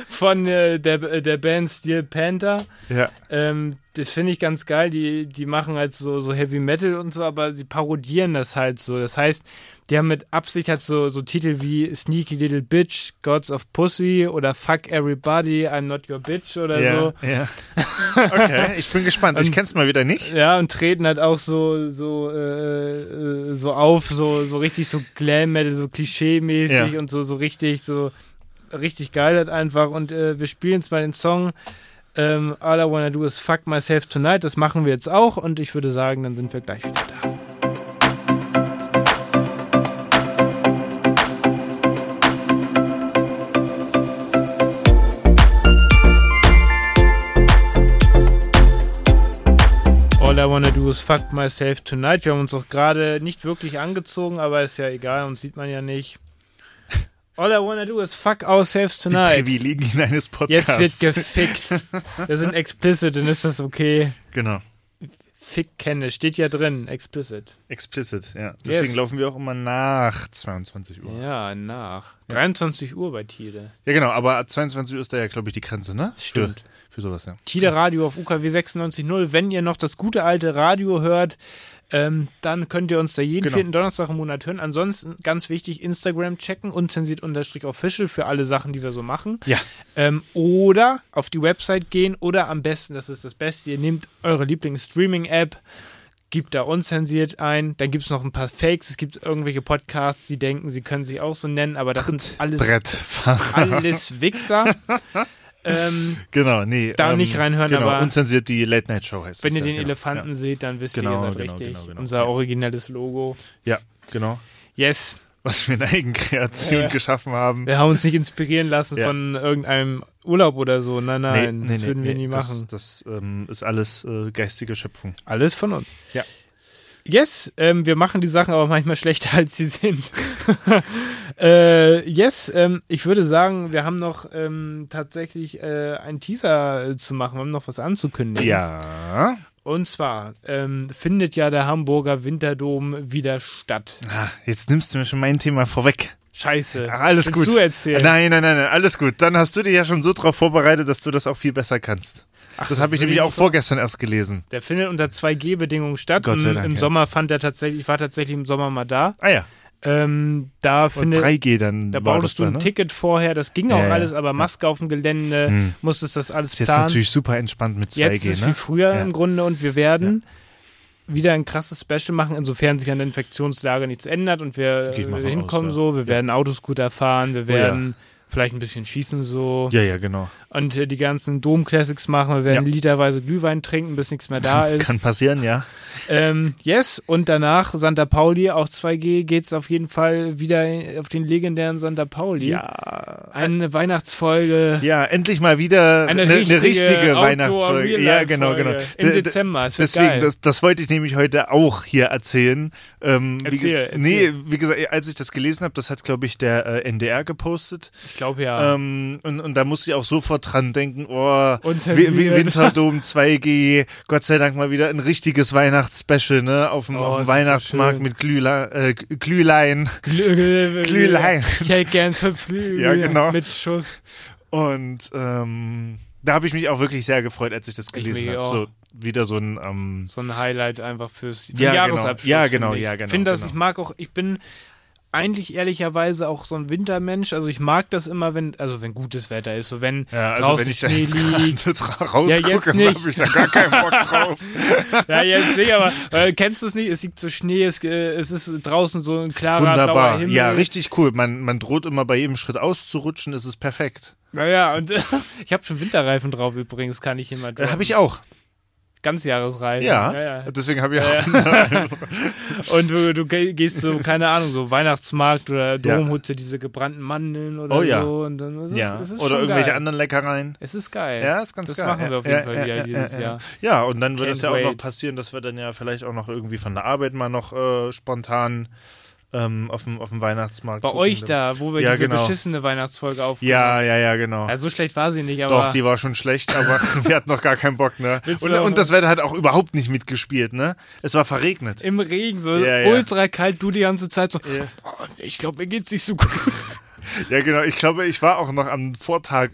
von äh, der, der Band Steel Panther. ja. Ähm, das finde ich ganz geil. Die, die machen halt so, so Heavy Metal und so, aber sie parodieren das halt so. Das heißt, die haben mit Absicht halt so, so Titel wie Sneaky Little Bitch, Gods of Pussy oder Fuck Everybody, I'm Not Your Bitch oder ja, so. ja. Okay, ich bin gespannt. Ich Also Und- kenn's mal wieder nicht. Ja, und treten halt auch so, so, äh, äh, so auf, so, so richtig so Glam-Metal, so klischee-mäßig Ja. und so, so richtig, so richtig geil halt einfach. Und äh, wir spielen jetzt mal den Song ähm, All I Wanna Do Is Fuck Myself Tonight. Das machen wir jetzt auch und ich würde sagen, dann sind wir gleich wieder da. All I Wanna Do Is Fuck Myself Tonight. Wir haben uns auch gerade nicht wirklich angezogen, aber ist ja egal, uns sieht man ja nicht. All I Wanna Do Is Fuck Ourselves Die Tonight. Privilegien eines Podcasts. Jetzt wird gefickt. Wir sind explicit, dann ist das okay. Genau. Fick kenne, steht ja drin, explicit. Explicit, ja. Deswegen laufen wir auch immer nach 22 Uhr. Ja, Ja, nach. 23 Uhr bei Tide. genau, aber 22 Uhr ist da ja, glaube ich, die Grenze, ne? Stimmt. Für, für sowas, ja. Tide Radio auf UKW 96.0. Wenn ihr noch das gute alte Radio hört, ähm, dann könnt ihr uns da jeden Genau. vierten Donnerstag im Monat hören. Ansonsten ganz wichtig, Instagram checken, unzensiert-official für alle Sachen, die wir so machen. Ja. Ähm, oder auf die Website gehen oder am besten, das ist das Beste, ihr nehmt eure Lieblings-Streaming-App, gebt da unzensiert ein. Dann gibt es noch ein paar Fakes. Es gibt irgendwelche Podcasts, die denken, sie können sich auch so nennen, aber das sind alles, Brettfahrer. alles Wichser. ähm, Genau, nee. Da nicht reinhören, genau, aber- Unzensiert die Late Night Show heißt. wenn das ihr den ja, genau, Elefanten seht, dann wisst ihr, Genau, ihr seid genau, richtig. genau, genau. Unser Ja. originelles Logo. Ja. ja, genau. Yes, Was wir in Eigenkreation Ja. geschaffen haben. wir haben uns nicht inspirieren lassen Ja. von irgendeinem Urlaub oder so. Nein, nein, das würden wir nie das, machen. Das ähm, ist alles äh, geistige Schöpfung. Alles von uns. Ja. Yes, ähm, wir machen die Sachen aber manchmal schlechter, als sie sind. äh, yes, ähm, ich würde sagen, wir haben noch ähm, tatsächlich äh, einen Teaser äh, zu machen, wir haben noch was anzukündigen. Ja. Und zwar ähm, findet ja der Hamburger Winterdom wieder statt. Ah, jetzt nimmst du mir schon mein Thema vorweg. Scheiße. Ach, alles Willst gut. Du erzählen. Nein, nein, nein, nein, alles gut. Dann hast du dich ja schon so drauf vorbereitet, dass du das auch viel besser kannst. das habe ich würde nämlich ich auch nicht- vorgestern erst gelesen. Der findet unter 2G-Bedingungen statt. Gott sei Im- Dank, Im ja. Sommer fand er tatsächlich, ich war tatsächlich im Sommer mal da. Ah ja, Ähm, da und findet, 3G dann. da war das brauchst du da, ein ne? Ticket vorher, das ging auch Ja, ja, alles, ja. aber Maske auf dem Gelände, Hm. musstest das alles Ist jetzt planen. natürlich super entspannt mit 2G, Jetzt ist es ne? viel früher Ja. im Grunde und wir werden wieder ein krasses Special machen, insofern sich an der Infektionslage nichts ändert und wir Gehe ich mal äh, von hinkommen aus, ja. Oh so. Wir werden Autoscooter fahren, wir ja. werden vielleicht ein bisschen schießen so Ja, ja, genau. und äh, die ganzen Dom-Classics machen. Wir werden Ja. literweise Glühwein trinken, bis nichts mehr da ist. Kann passieren, ja. Ähm, yes, und danach Santa Pauli, auch 2G geht's auf jeden Fall wieder auf den legendären Santa Pauli. Ja. Eine Weihnachtsfolge. Ja, endlich mal wieder Eine eine, eine richtige, richtige Outdoor Weihnachtsfolge. Ja, genau, genau. Real-Life-Folge. Im D- d- Dezember, es wird Deswegen, geil. Das, das wollte ich nämlich heute auch hier erzählen. Ähm, Erzähl, wie, ge- erzähl. Nee, wie gesagt, als ich das gelesen habe, das hat, glaube ich, der äh, NDR gepostet. Ich glaube ja. Ähm, und, und da musste ich auch sofort dran denken, oh, Unzensiert. Wi- Wi- Winterdom 2G, Gott sei Dank mal wieder ein richtiges Weihnachtsspecial, ne? Auf dem, Oh, auf es dem ist so Weihnachtsmarkt schön. mit Glühla äh, Glühlein. Glühlein. Glühlein. Ich hätte gern fünf Glühlein Ja, genau. mit Schuss. Und ähm, da habe ich mich auch wirklich sehr gefreut, als ich das gelesen mich habe. auch. So, wieder so ein, ähm, So ein Highlight einfach fürs für den Ja, genau. Jahresabschluss. Ja, genau, finde ich. ja, genau, Finde das, genau. ich mag auch, ich bin eigentlich ehrlicherweise auch so ein Wintermensch. Also ich mag das immer, wenn, also wenn gutes Wetter ist, so wenn ja, also draußen wenn ich da Schnee jetzt liegt, gerade dra- rausgucke, nicht. habe ich da gar keinen Bock drauf. Ja, jetzt nicht, aber äh, kennst du es nicht? Es liegt so Schnee, es, äh, es ist draußen so ein klarer blauer Wunderbar. Himmel. Ja, richtig cool. Man, man droht immer bei jedem Schritt auszurutschen, es ist perfekt. Naja, und ich habe schon Winterreifen drauf übrigens, kann ich jemand. Äh, habe ich auch. Ganzjahresreifen. Ja, ja, ja. deswegen habe ich Und du, du ge- gehst so, keine Ahnung, so Weihnachtsmarkt oder Ja. Dom, holst dir diese gebrannten Mandeln oder Oh ja. so. Und dann es ist ja. es ist oder schon irgendwelche geil. anderen Leckereien. Es ist geil. Ja, ist ganz das geil. machen wir ja, auf jeden ja, Fall ja, wieder ja, dieses ja, Jahr. Ja, ja und dann wird Can't es ja auch noch wait. passieren, dass wir dann ja vielleicht auch noch irgendwie von der Arbeit mal noch äh, spontan ähm, auf, dem, auf dem Weihnachtsmarkt. Bei gucken. euch da, wo wir Ja, diese genau. beschissene Weihnachtsfolge aufnehmen. Ja, ja, ja, genau. Also so schlecht war sie nicht, aber Doch, die war schon schlecht, aber wir hatten noch gar keinen Bock, ne? Willst du Und, noch- und das Wetter hat auch überhaupt nicht mitgespielt, ne? Es war verregnet. im Regen so Ja, ja. ultra kalt, du die ganze Zeit so, Ja. oh, ich glaube, mir geht's nicht so gut. Ja, genau. Ich glaube, ich war auch noch am Vortag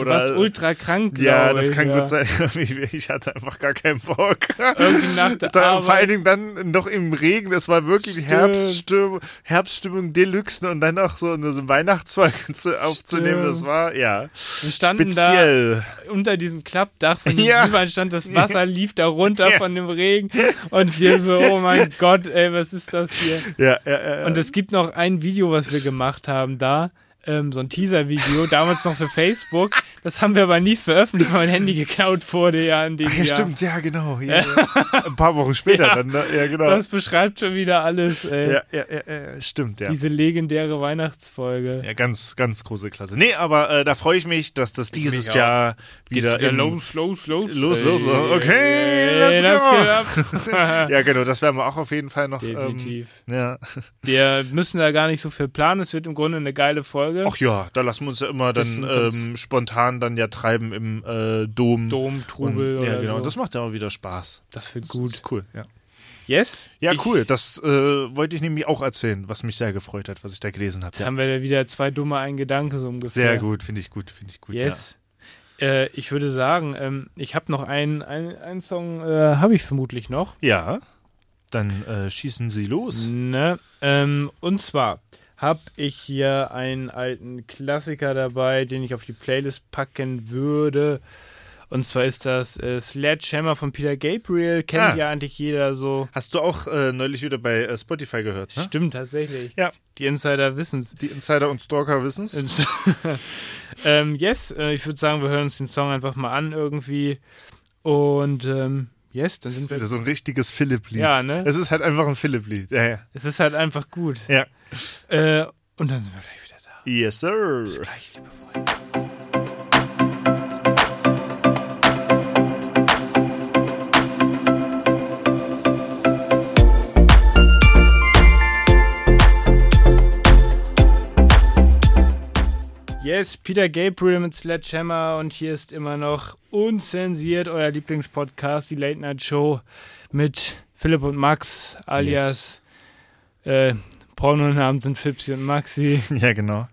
Du oder. warst ultra krank, ja, glaub das ich, kann ja. gut sein. Ich- Ich hatte einfach gar keinen Bock. Irgendwie nach der Da, vor Arbeit. allen Dingen dann noch im Regen, das war wirklich Stimmt. Herbststimmung, Herbststimmung Deluxe ne? und dann auch so eine so ein Weihnachtszeug zu- aufzunehmen, das war ja Wir standen speziell. da unter diesem Klappdach von dem Ja. Glühwein stand, das Wasser lief da runter Ja. von dem Regen und wir so, oh mein Gott, ey, was ist das hier? Ja, ja, ja, ja. Und es gibt noch ein Video, was wir gemacht haben da. Ähm, so ein Teaser-Video, damals noch für Facebook. Das haben wir aber nie veröffentlicht, weil mein Handy geklaut wurde ja in dem Ach, ja, Jahr. stimmt, ja, genau. Ja, ja. Ein paar Wochen später Ja. dann, ne? ja, genau. Das beschreibt schon wieder alles, ey. ja, ja, ja, ja, stimmt, ja. Diese legendäre Weihnachtsfolge. Ja, ganz, ganz große Klasse. Nee, aber äh, da freue ich mich, dass das dieses mich auch. Jahr wieder, Geht's wieder im- los, los, los. Los, los, los. Okay, Ey, das let's go. geht ab. Ja, genau, das werden wir auch auf jeden Fall noch. Definitiv. Ähm, ja. Wir müssen da gar nicht so viel planen. Es wird im Grunde eine geile Folge. Ach ja, da lassen wir uns ja immer Bisschen dann ganz- ähm, spontan dann ja treiben im äh, Dom. Dom, Trubel Und, ja, oder genau. so. Das macht ja auch wieder Spaß. das wird Das gut. ist cool, ja. Yes? Ja, Ich- cool. Das äh, wollte ich nämlich auch erzählen, was mich sehr gefreut hat, was ich da gelesen habe. Jetzt Ja. haben wir da wieder zwei dumme einen Gedanke so ungefähr. Sehr gut, finde ich gut, finde ich gut. Yes. Äh, ich würde sagen, ähm, ich habe noch einen, einen, einen Song, äh, habe ich vermutlich noch. Ja. ja. Dann äh, schießen Sie los. Ne? Ähm, und zwar habe ich hier einen alten Klassiker dabei, den ich auf die Playlist packen würde. Und zwar ist das äh, Sledgehammer von Peter Gabriel. Kennt Ah. ja eigentlich jeder so. Hast du auch äh, neulich wieder bei äh, Spotify gehört, ne? Stimmt, tatsächlich. Ja. Die Insider wissen's. Die Insider und Stalker wissen's. ähm, yes, äh, ich würde sagen, wir hören uns den Song einfach mal an irgendwie. Und ähm, yes, dann Das sind ist wir. wieder so ein richtiges Philipp-Lied. Ja, ne? Es ist halt einfach ein Philipp-Lied. Ja, ja. Es ist halt einfach gut. ja. Äh, und dann sind wir gleich wieder da. Yes, sir. Gleich, liebe Freunde. Yes, Peter Gabriel mit Sledgehammer und hier ist immer noch unzensiert euer Lieblingspodcast, die Late Night Show mit Philipp und Max alias äh, Pornonamen sind Fipsi und Maxi. Ja, genau.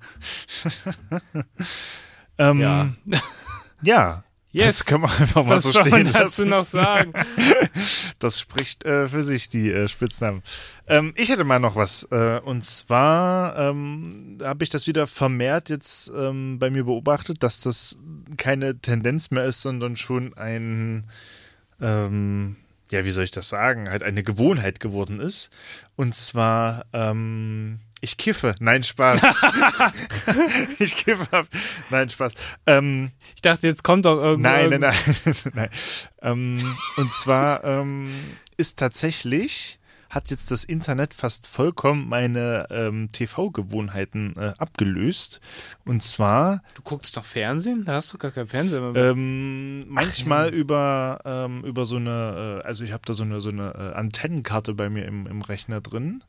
ähm, ja. Hm. Yes, Das kann man einfach mal was so soll man stehen dazu lassen. noch sagen? Das spricht äh, für sich, die äh, Spitznamen. Ähm, ich hätte mal noch was. Äh, und zwar ähm, habe ich das wieder vermehrt jetzt ähm, bei mir beobachtet, dass das keine Tendenz mehr ist, sondern schon ein, ähm, ja, wie soll ich das sagen, halt eine Gewohnheit geworden ist. Und zwar, ähm, ich kiffe. Nein, Spaß. ich kiffe ab. Nein, Spaß. Ähm, Ich dachte, jetzt kommt doch irgendwo. Nein, nein, nein. nein. Ähm, und zwar ähm, ist tatsächlich, hat jetzt das Internet fast vollkommen meine ähm, TV-Gewohnheiten äh, abgelöst. Und zwar Du guckst doch Fernsehen? Da hast du gar kein Fernsehen mehr. ähm, manchmal über, ähm, über so eine, äh, also ich habe da so eine, so eine äh, Antennenkarte bei mir im, im Rechner drin.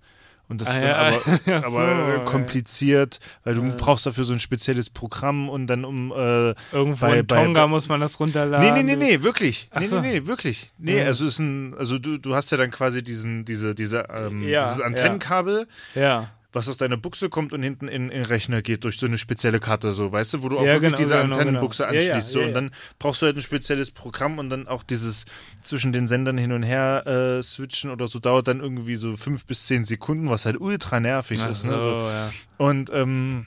Und das Ah, ist dann ja. aber, Ach so, aber ja. Äh. äh, kompliziert, weil du brauchst dafür so ein spezielles Programm und dann um äh, Irgendwo bei- in bei- Tonga muss man das runterladen. Nee, nee, nee, nee, wirklich. Ach Nee, so. nee, nee, wirklich. Nee, Ja. also ist ein, also du, du hast ja dann quasi diesen, diese, diese, ähm, Ja, dieses Antennenkabel, Ja. was aus deiner Buchse kommt und hinten in, in den Rechner geht durch so eine spezielle Karte, so, weißt du, wo du auch Ja, wirklich genau, diese genau, Antennenbuchse genau. Ja, anschließt. ja, so, ja, ja. Und dann brauchst du halt ein spezielles Programm und dann auch dieses zwischen den Sendern hin und her äh, switchen oder so dauert dann irgendwie so fünf bis zehn Sekunden, was halt ultra nervig Ach ist. so, Ne? So. ja. Und ähm,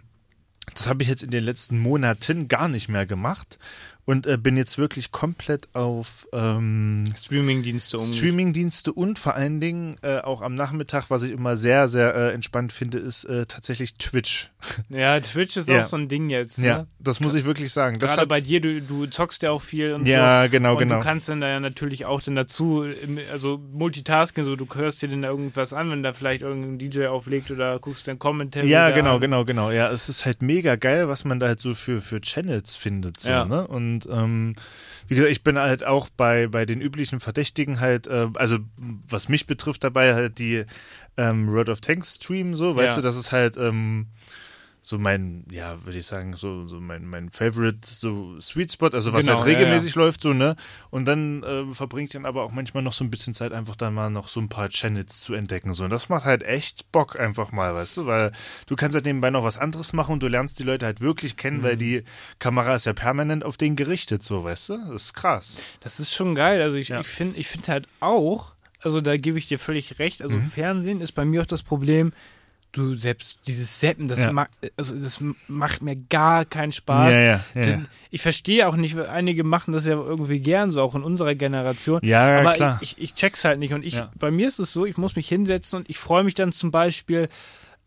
Das habe ich jetzt in den letzten Monaten gar nicht mehr gemacht und äh, bin jetzt wirklich komplett auf ähm, Streamingdienste um. Streamingdienste und vor allen Dingen äh, auch am Nachmittag, was ich immer sehr, sehr äh, entspannt finde, ist äh, tatsächlich Twitch. ja, Twitch ist Ja. auch so ein Ding jetzt. Ja, Ne? das muss ich wirklich sagen. Das Gerade hat, bei dir, du, du zockst ja auch viel und Ja, so. genau, und genau. Du kannst dann da ja natürlich auch dann dazu, im- also Multitasking, so du hörst dir dann da irgendwas an, wenn da vielleicht irgendein DJ auflegt oder guckst dann Kommentare. ja, da genau, an. genau, genau. Ja, es ist halt mega geil, was man da halt so für, für Channels findet. So, Ja. ne? Und ähm, wie gesagt, ich bin halt auch bei, bei den üblichen Verdächtigen halt, äh, also was mich betrifft dabei, halt die ähm, World of Tanks Stream, so, weißt Ja. du, das ist halt ähm, so mein, ja, würde ich sagen, so, so mein, mein Favorite, so Sweet Spot, also was Genau, halt ja, ja. regelmäßig läuft, so, ne? Und dann äh, verbringt dann aber auch manchmal noch so ein bisschen Zeit, einfach dann mal noch so ein paar Channels zu entdecken, so. Und das macht halt echt Bock einfach mal, weißt du, weil du kannst halt nebenbei noch was anderes machen und du lernst die Leute halt wirklich kennen, weil Mhm. die Kamera ist ja permanent auf den gerichtet, so, weißt du? Das ist krass. Das ist schon geil. Also ich, Ja. ich finde ich find halt auch, also da gebe ich dir völlig recht, also Mhm. Fernsehen ist bei mir auch das Problem, du selbst, dieses Seppen, das, Ja. mag, also das macht mir gar keinen Spaß. Ja, ja, ja, Denn ja. Ich verstehe auch nicht, weil einige machen das ja irgendwie gern, so auch in unserer Generation. Ja, ja, aber klar. Ich, ich check's halt nicht. Und ich, Ja. bei mir ist es so, ich muss mich hinsetzen und ich freue mich dann zum Beispiel,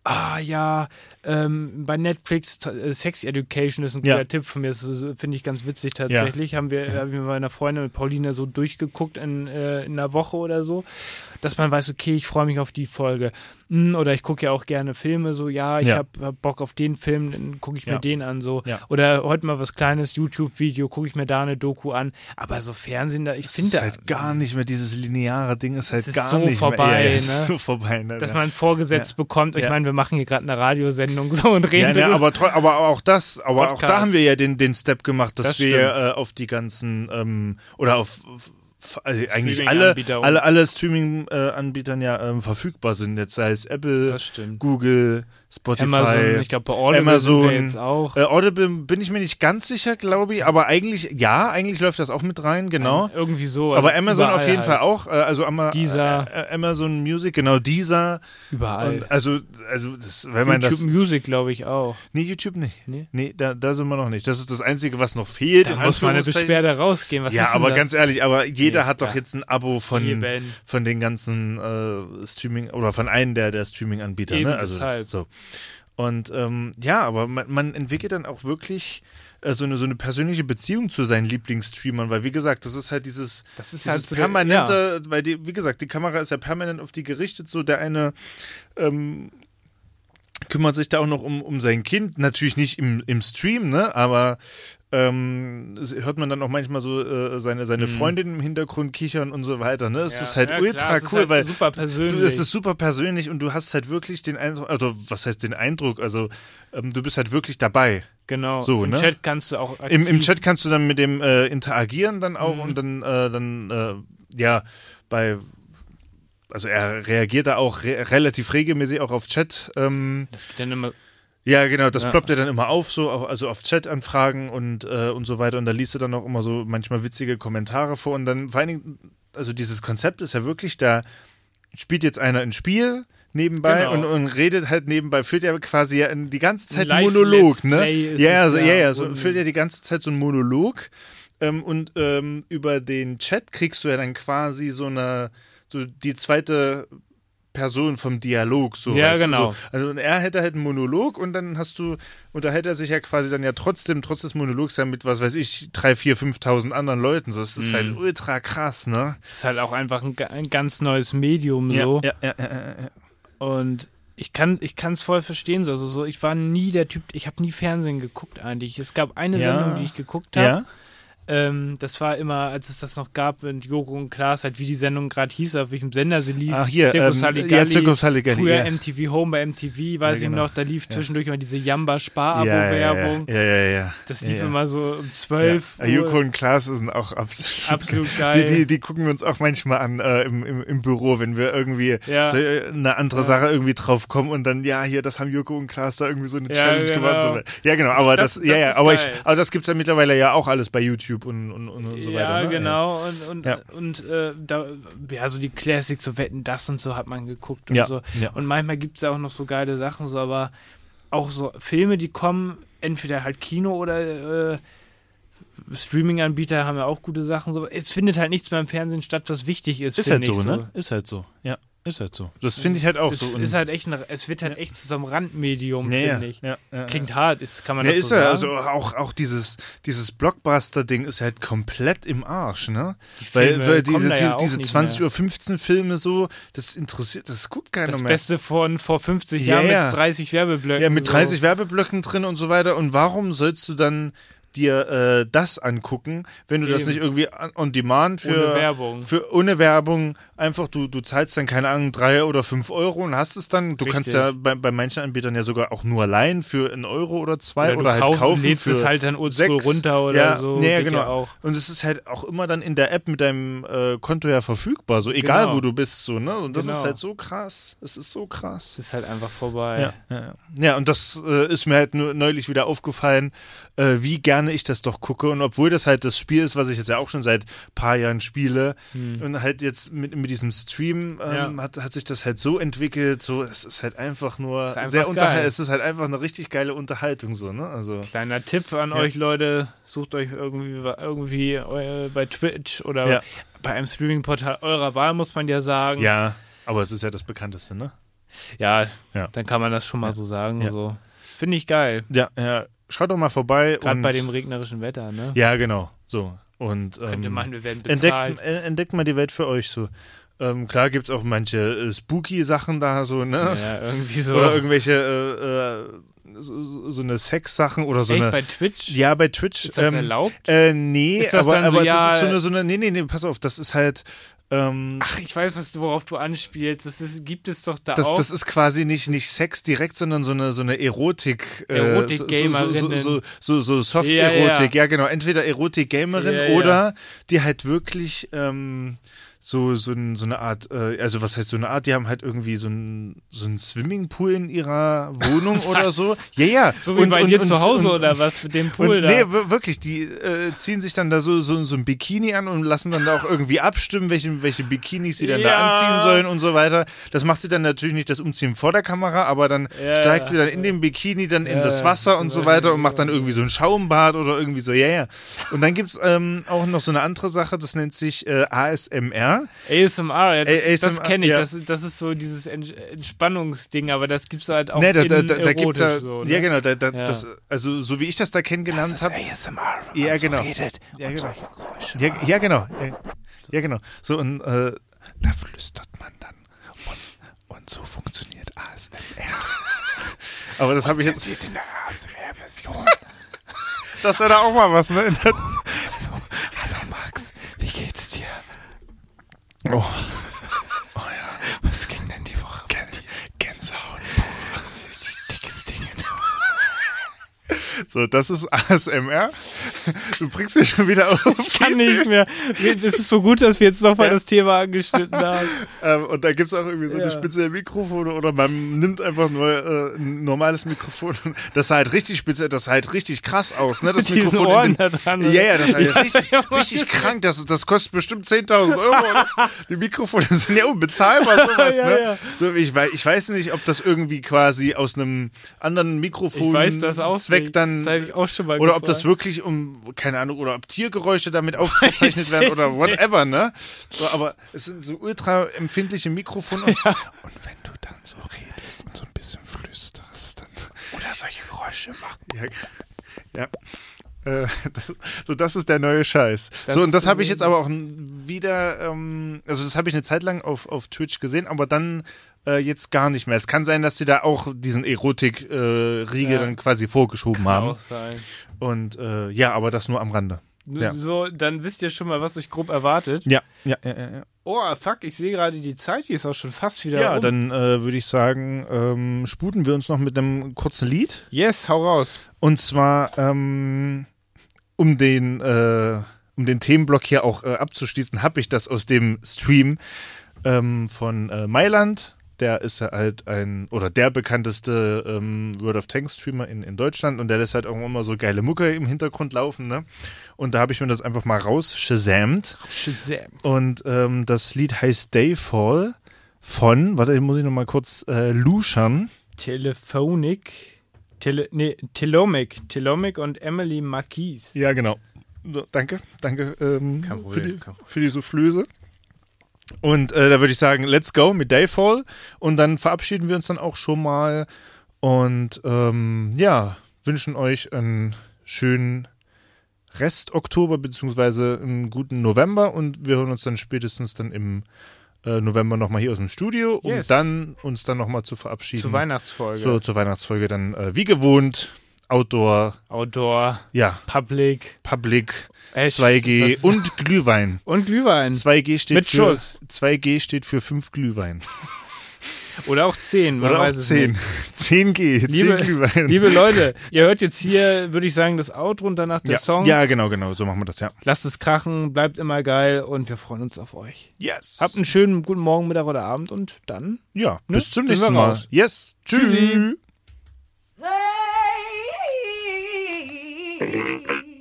ah ja, ähm, bei Netflix t- äh, Sex Education ist ein Ja. guter Tipp von mir, das ist- äh, finde ich ganz witzig tatsächlich. Haben wir, habe ich mit meiner Freundin mit Paulina so durchgeguckt in, äh, in einer Woche oder so, dass man weiß, okay, ich freue mich auf die Folge. Hm, oder ich gucke ja auch gerne Filme, so ja, ich Ja. habe hab Bock auf den Film, dann gucke ich Ja. mir den an so. Ja. Oder heute mal was kleines YouTube-Video, gucke ich mir da eine Doku an. Aber so Fernsehen, da, ich Das ist finde halt gar nicht mehr dieses lineare Ding, ist halt ist gar so nicht mehr. vorbei, Ja, es ne? Ist so vorbei, ne? dass Ja. man vorgesetzt bekommt, ich Ja. meine, wir machen hier gerade eine Radiosendung so und reden Ja, ne, drüber. aber, tro- aber auch das, aber auch da Podcast. haben wir ja den, den Step gemacht, dass Das wir äh, auf die ganzen ähm, oder auf f- also eigentlich alle, Streaming-Anbieter und- alle, alle Streaming-Anbietern ja ähm, verfügbar sind, jetzt sei es Apple, Das stimmt. Google, Spotify, Amazon, ich glaube bei Audible Amazon, sind wir jetzt auch. Äh, Audible bin ich mir nicht ganz sicher, glaube ich, aber eigentlich, ja, eigentlich läuft das auch mit rein, genau. Irgendwie so. aber also Amazon auf überall jeden halt. Fall auch, äh, also Ama Deezer. äh, Amazon Music, genau, dieser. Überall. Und also, also das, wenn man YouTube das Music, glaube ich, auch. Nee, YouTube nicht. Nee? Nee, da, da sind wir noch nicht. Das ist das Einzige, was noch fehlt. Da in muss mal eine Anführungszeichen. Beschwerde rausgehen. Was Ja, ist denn aber das? ganz ehrlich, aber jeder Nee, hat doch ja. jetzt ein Abo von, Eben. von den ganzen äh, Streaming oder von einem der, der Streaming-Anbieter. Eben Ne? Also, deshalb. So. Und ähm, ja, aber man, man entwickelt dann auch wirklich äh, so, eine, so eine persönliche Beziehung zu seinen Lieblingsstreamern, weil wie gesagt, das ist halt dieses, Das ist dieses halt so der- permanente, weil die, wie gesagt, die Kamera ist ja permanent auf die gerichtet, so der eine ähm, kümmert sich da auch noch um, um sein Kind, natürlich nicht im, im Stream, ne? Aber ähm, es hört man dann auch manchmal so äh, seine, seine Freundin im Hintergrund kichern und so weiter, ne? Es Mhm. Ja, ist halt ja, klar, ultra es ist cool, halt weil super du, persönlich. es ist super persönlich und du hast halt wirklich den Eindruck, also was heißt den Eindruck? Also ähm, du bist halt wirklich dabei. genau. so, Im ne? Chat kannst du auch Im, Im aktiv- Mhm. Chat kannst du dann mit dem äh, interagieren dann auch und dann, äh, dann äh, ja, bei also er reagiert da auch re relativ regelmäßig auch auf Chat. Ähm, Das geht dann immer ja, genau, das Ja. ploppt er dann immer auf, so au- also auf Chat-Anfragen und, äh, und so weiter. Und da liest er dann auch immer so manchmal witzige Kommentare vor. Und dann vor allen Dingen, also dieses Konzept ist ja wirklich, da spielt jetzt einer ein Spiel nebenbei Genau. und, und redet halt nebenbei, führt ja quasi ja in- die ganze Zeit Live- einen Monolog, Let's Play ne? ist Ja, ja, es so, ja. ja, ja, so Und- führt ja die ganze Zeit so einen Monolog. Ähm, und ähm, über den Chat kriegst du ja dann quasi so eine, so die zweite Person vom Dialog, so. Ja, weißt du, genau. So. Also und er hätte halt einen Monolog und dann hast du, unterhält er sich ja quasi dann ja trotzdem, trotz des Monologs dann mit, was weiß ich, drei, vier, 5.000 anderen Leuten. So, das ist Mhm. halt ultra krass, ne? Es ist halt auch einfach ein, ga- ein ganz neues Medium so. Ja, ja, ja, ja, ja. Und ich kann ich kann es voll verstehen. so. Also so, ich war nie der Typ, ich habe nie Fernsehen geguckt eigentlich. Es gab eine Ja. Sendung, die ich geguckt habe. ja. Ähm, das war immer, als es das noch gab, mit Joko und Klaas, halt wie die Sendung gerade hieß, auf welchem Sender sie lief. Ach, hier, Circus ähm, Halligalli, ja, Circus Halligalli, Früher ja. MTV Home bei MTV, weiß Ja, ich genau. noch, da lief Ja. zwischendurch immer diese Ja, ja, ja, Jamba-Spar-Abo-Werbung. ja, ja, ja. Das ja, lief ja. immer so um Ja. 12 Uhr. Joko und Klaas sind auch absolut, Absolut geil. Die, die, die gucken wir uns auch manchmal an äh, im, im, im Büro, wenn wir irgendwie Ja. da, äh, eine andere Sache irgendwie drauf kommen und dann, ja, hier, das haben Joko und Klaas da irgendwie so eine Ja, Challenge genau. gemacht. So, ja, genau, aber das- das, das ja, ja, ist aber, ich, geil. aber das gibt's ja mittlerweile ja auch alles bei YouTube und, und, und, und so weiter. ja, ne? genau. Und, und, Ja. und äh, da, ja, so die Classics, so Wetten, das Also, und so hat man geguckt und Ja, so. ja. Und manchmal gibt es ja auch noch so geile Sachen, so, aber auch so Filme, die kommen, entweder halt Kino oder äh, Streaming-Anbieter haben ja auch gute Sachen. So. Es findet halt nichts mehr im Fernsehen statt, was wichtig ist. Ist halt finde so, ich ne? Ist halt so. Ja, ist halt so. Das finde ich halt auch es, so. ist halt echt ein, es wird halt echt zu so einem Randmedium, Ja, ja, finde ich. ja, ja, ja. Klingt hart, ist, kann man Ja, das ist so er. sagen? Also auch, auch dieses, dieses Blockbuster-Ding ist halt komplett im Arsch, ne? weil, Filme weil kommen diese, da ja diese, auch diese nicht 20 Uhr 15 Filme so, das interessiert, das guckt keiner das mehr. Beste von vor 50 Ja, Jahren ja. mit 30 Werbeblöcken. ja, mit so. 30 Werbeblöcken drin und so weiter. Und warum sollst du dann dir äh, das angucken, wenn du das Eben. nicht irgendwie on- on demand für Ohne Werbung. für ohne Werbung einfach du du zahlst dann keine Ahnung drei oder fünf Euro und hast es dann du kannst Richtig. ja bei, bei manchen Anbietern ja sogar auch nur leihen für einen Euro oder zwei Oder oder, du halt kauf- kaufen, lädst für es halt dann oldschool sechs. runter oder ja, so, ja, ja geht genau ja auch. und es ist halt auch immer dann in der App mit deinem äh, Konto ja verfügbar so egal Genau. wo du bist so ne und das Genau. ist halt so krass es ist so krass Es ist halt einfach vorbei. ja, ja, ja. ja, und das äh, ist mir halt nur neulich wieder aufgefallen, äh, wie gerne ich das doch gucke. Und obwohl das halt das Spiel ist, was ich jetzt ja auch schon seit paar Jahren spiele, und halt jetzt mit, mit diesem Stream ähm, Hm. Ja. hat, hat sich das halt so entwickelt, so es ist halt einfach nur Ist einfach sehr geil. unterhaltsam. Es ist halt einfach eine richtig geile Unterhaltung, so, ne? Also. Kleiner Tipp an euch Leute, sucht euch irgendwie, irgendwie äh, bei Twitch oder Ja. bei einem Streaming-Portal eurer Wahl, muss man ja sagen. Ja, aber es ist ja das bekannteste, ne? Ja, Ja. dann kann man das schon mal so sagen. Ja. So. Finde ich geil. Ja, ja. Schaut doch mal vorbei. Gerade und- bei dem regnerischen Wetter, ne? Ja, genau. So. Und, ähm, Könnte man, wir werden bezahlt. entdeckt, äh, entdeckt mal die Welt für euch so. Ähm, klar gibt's auch manche äh, spooky Sachen da so, ne? ja, irgendwie so. Oder irgendwelche äh, äh, so- so, so eine Sex-Sachen oder so Echt, eine. bei Twitch? ja, bei Twitch. Ist das ähm, erlaubt? Äh, nee, Ist das aber, dann so, aber ja, das ist so eine, so eine. Nee, nee, nee, pass auf, das ist halt. Ähm, Ach, ich weiß, was du, worauf du anspielst. Das ist, gibt es doch da das, auch. das ist quasi nicht, nicht Sex direkt, sondern so eine, so eine Erotik. Äh, Erotik-Gamerinnen. So, so, so, so, so Soft-Erotik, Ja, ja, genau. Entweder Erotik-Gamerin Ja, ja. oder die halt wirklich ähm, so, so, n- so eine Art, äh, also was heißt so eine Art, die haben halt irgendwie so einen so einen Swimmingpool in ihrer Wohnung oder so. Ja, ja. so wie bei dir zu Hause oder was mit dem Und, Pool da. nee, wir- wirklich, die äh, ziehen sich dann da so, so, so ein Bikini an und lassen dann da auch irgendwie abstimmen, welche, welche Bikinis sie dann Ja. da anziehen sollen und so weiter. Das macht sie dann natürlich nicht das Umziehen vor der Kamera, aber dann Ja. steigt sie dann in dem Bikini dann in Ja, das ja. Wasser und so weiter und macht dann irgendwie so ein Schaumbad oder irgendwie so, ja, ja. Und dann gibt's ähm, auch noch so eine andere Sache, das nennt sich äh, ASMR. ASMR, ja, das, Ä- das ASMR, kenne ich. ja. Das, das ist so dieses Ent Entspannungsding, aber das gibt es halt auch Nee, da, in da, da, da erotisch gibt's ja, so. Ne? ja genau, da, da, Ja. Das, also so wie ich das da kennengelernt habe, ASMR, wenn Ja, man so genau. redet Ja, und genau. solche Ja, ja genau. Ja, ja, genau. So, und äh, da flüstert man dann. Und, und so funktioniert ASMR. Aber das habe ich jetzt. in der ASMR-Version. Das wäre da auch mal was, ne? Hallo Max, wie geht's dir? Oh, Was ging denn die Woche? Gänsehaut. Richtig dickes Ding. So, das ist ASMR. Du bringst mich schon wieder auf. Kann nicht mehr. Es ist so gut, dass wir jetzt nochmal das Thema angeschnitten haben. Ähm, und da gibt es auch irgendwie so Ja. eine spezielle Mikrofone oder man nimmt einfach nur äh, ein normales Mikrofon. Das sah halt richtig speziell, das sah halt richtig krass aus, ne? Das Mit diesen Mikrofon. in Ohren dem- da dran. Ja, ja, das sah Ja, ja, richtig, ja, Mann. richtig krank. Das, das kostet bestimmt 10.000 Euro. Oder? Die Mikrofone sind ja unbezahlbar, sowas, Ja, ne? ja. So, ich, wei- ich weiß nicht, ob das irgendwie quasi aus einem anderen Ich Mikrofon weiß das auch. Zweck nicht. dann. das habe ich auch schon mal Oder ob gefragt. das wirklich um, keine Ahnung, oder ob Tiergeräusche damit aufgezeichnet werden oder whatever, ne? So, aber es sind so ultra empfindliche Mikrofone. Und, und wenn du dann so redest und so ein bisschen flüsterst, dann. Oder solche Geräusche machst. Ja. ja. Äh, das, so, das ist der neue Scheiß. Das so, und das ist habe ich irgendwie- jetzt aber auch n- wieder, ähm, also das habe ich eine Zeit lang auf, auf Twitch gesehen, aber dann äh, jetzt gar nicht mehr. Es kann sein, dass sie da auch diesen Erotik-Riegel Ja. dann quasi vorgeschoben haben. auch sein. Und äh, ja, aber das nur am Rande. Ja. So, dann wisst ihr schon mal, was euch grob erwartet. Ja, ja, ja, ja. Ja, Oh, fuck, ich sehe gerade die Zeit, die ist auch schon fast wieder ja um. dann äh, würde ich sagen, ähm, sputen wir uns noch mit einem kurzen Lied. Yes, hau raus. Und zwar, ähm, um den, äh, um den Themenblock hier auch äh, abzuschließen, habe ich das aus dem Stream ähm, von äh, Mailand. Der ist ja halt ein, oder der bekannteste ähm, World of Tanks Streamer in, in Deutschland und der lässt halt auch immer so geile Mucke im Hintergrund laufen, ne? Und da habe ich mir das einfach mal rausschesämt. Shazam. Und ähm, das Lied heißt Dayfall von, warte, ich muss ich nochmal kurz äh, luschern. Telephonic Tele nee, Telomic. Telomic und Emily Marquise. Ja, genau. So, danke, danke ähm, Kein Problem, für, die, kein für die Soufflöse. Und äh, da würde ich sagen, let's go mit Dayfall. Und dann verabschieden wir uns dann auch schon mal. Und ähm, ja, wünschen euch einen schönen Rest Oktober beziehungsweise einen guten November. Und wir hören uns dann spätestens dann im äh, November nochmal hier aus dem Studio, um Yes. dann uns dann nochmal zu verabschieden. Zur Weihnachtsfolge. Mhm. Zur, zur Weihnachtsfolge dann äh, wie gewohnt. Outdoor, Outdoor, ja, Public, Public. Echt, 2G das- und Glühwein. und Glühwein. 2G steht Mit für Schuss. 2G steht für 5 Glühwein. Oder auch 10. Man Oder auch weiß es 10. nicht. 10G, 10 Liebe, Glühwein. liebe Leute, ihr hört jetzt hier, würde ich sagen, das Outro und danach der ja. Song. ja, genau, genau, so machen wir das, ja. Lasst es krachen, bleibt immer geil und wir freuen uns auf euch. Yes. Habt einen schönen guten Morgen, Mittag oder Abend und dann ja, ne? bis zum Sind wir nächsten Mal. raus. Yes. Tschüss. Tschüssi. Hey.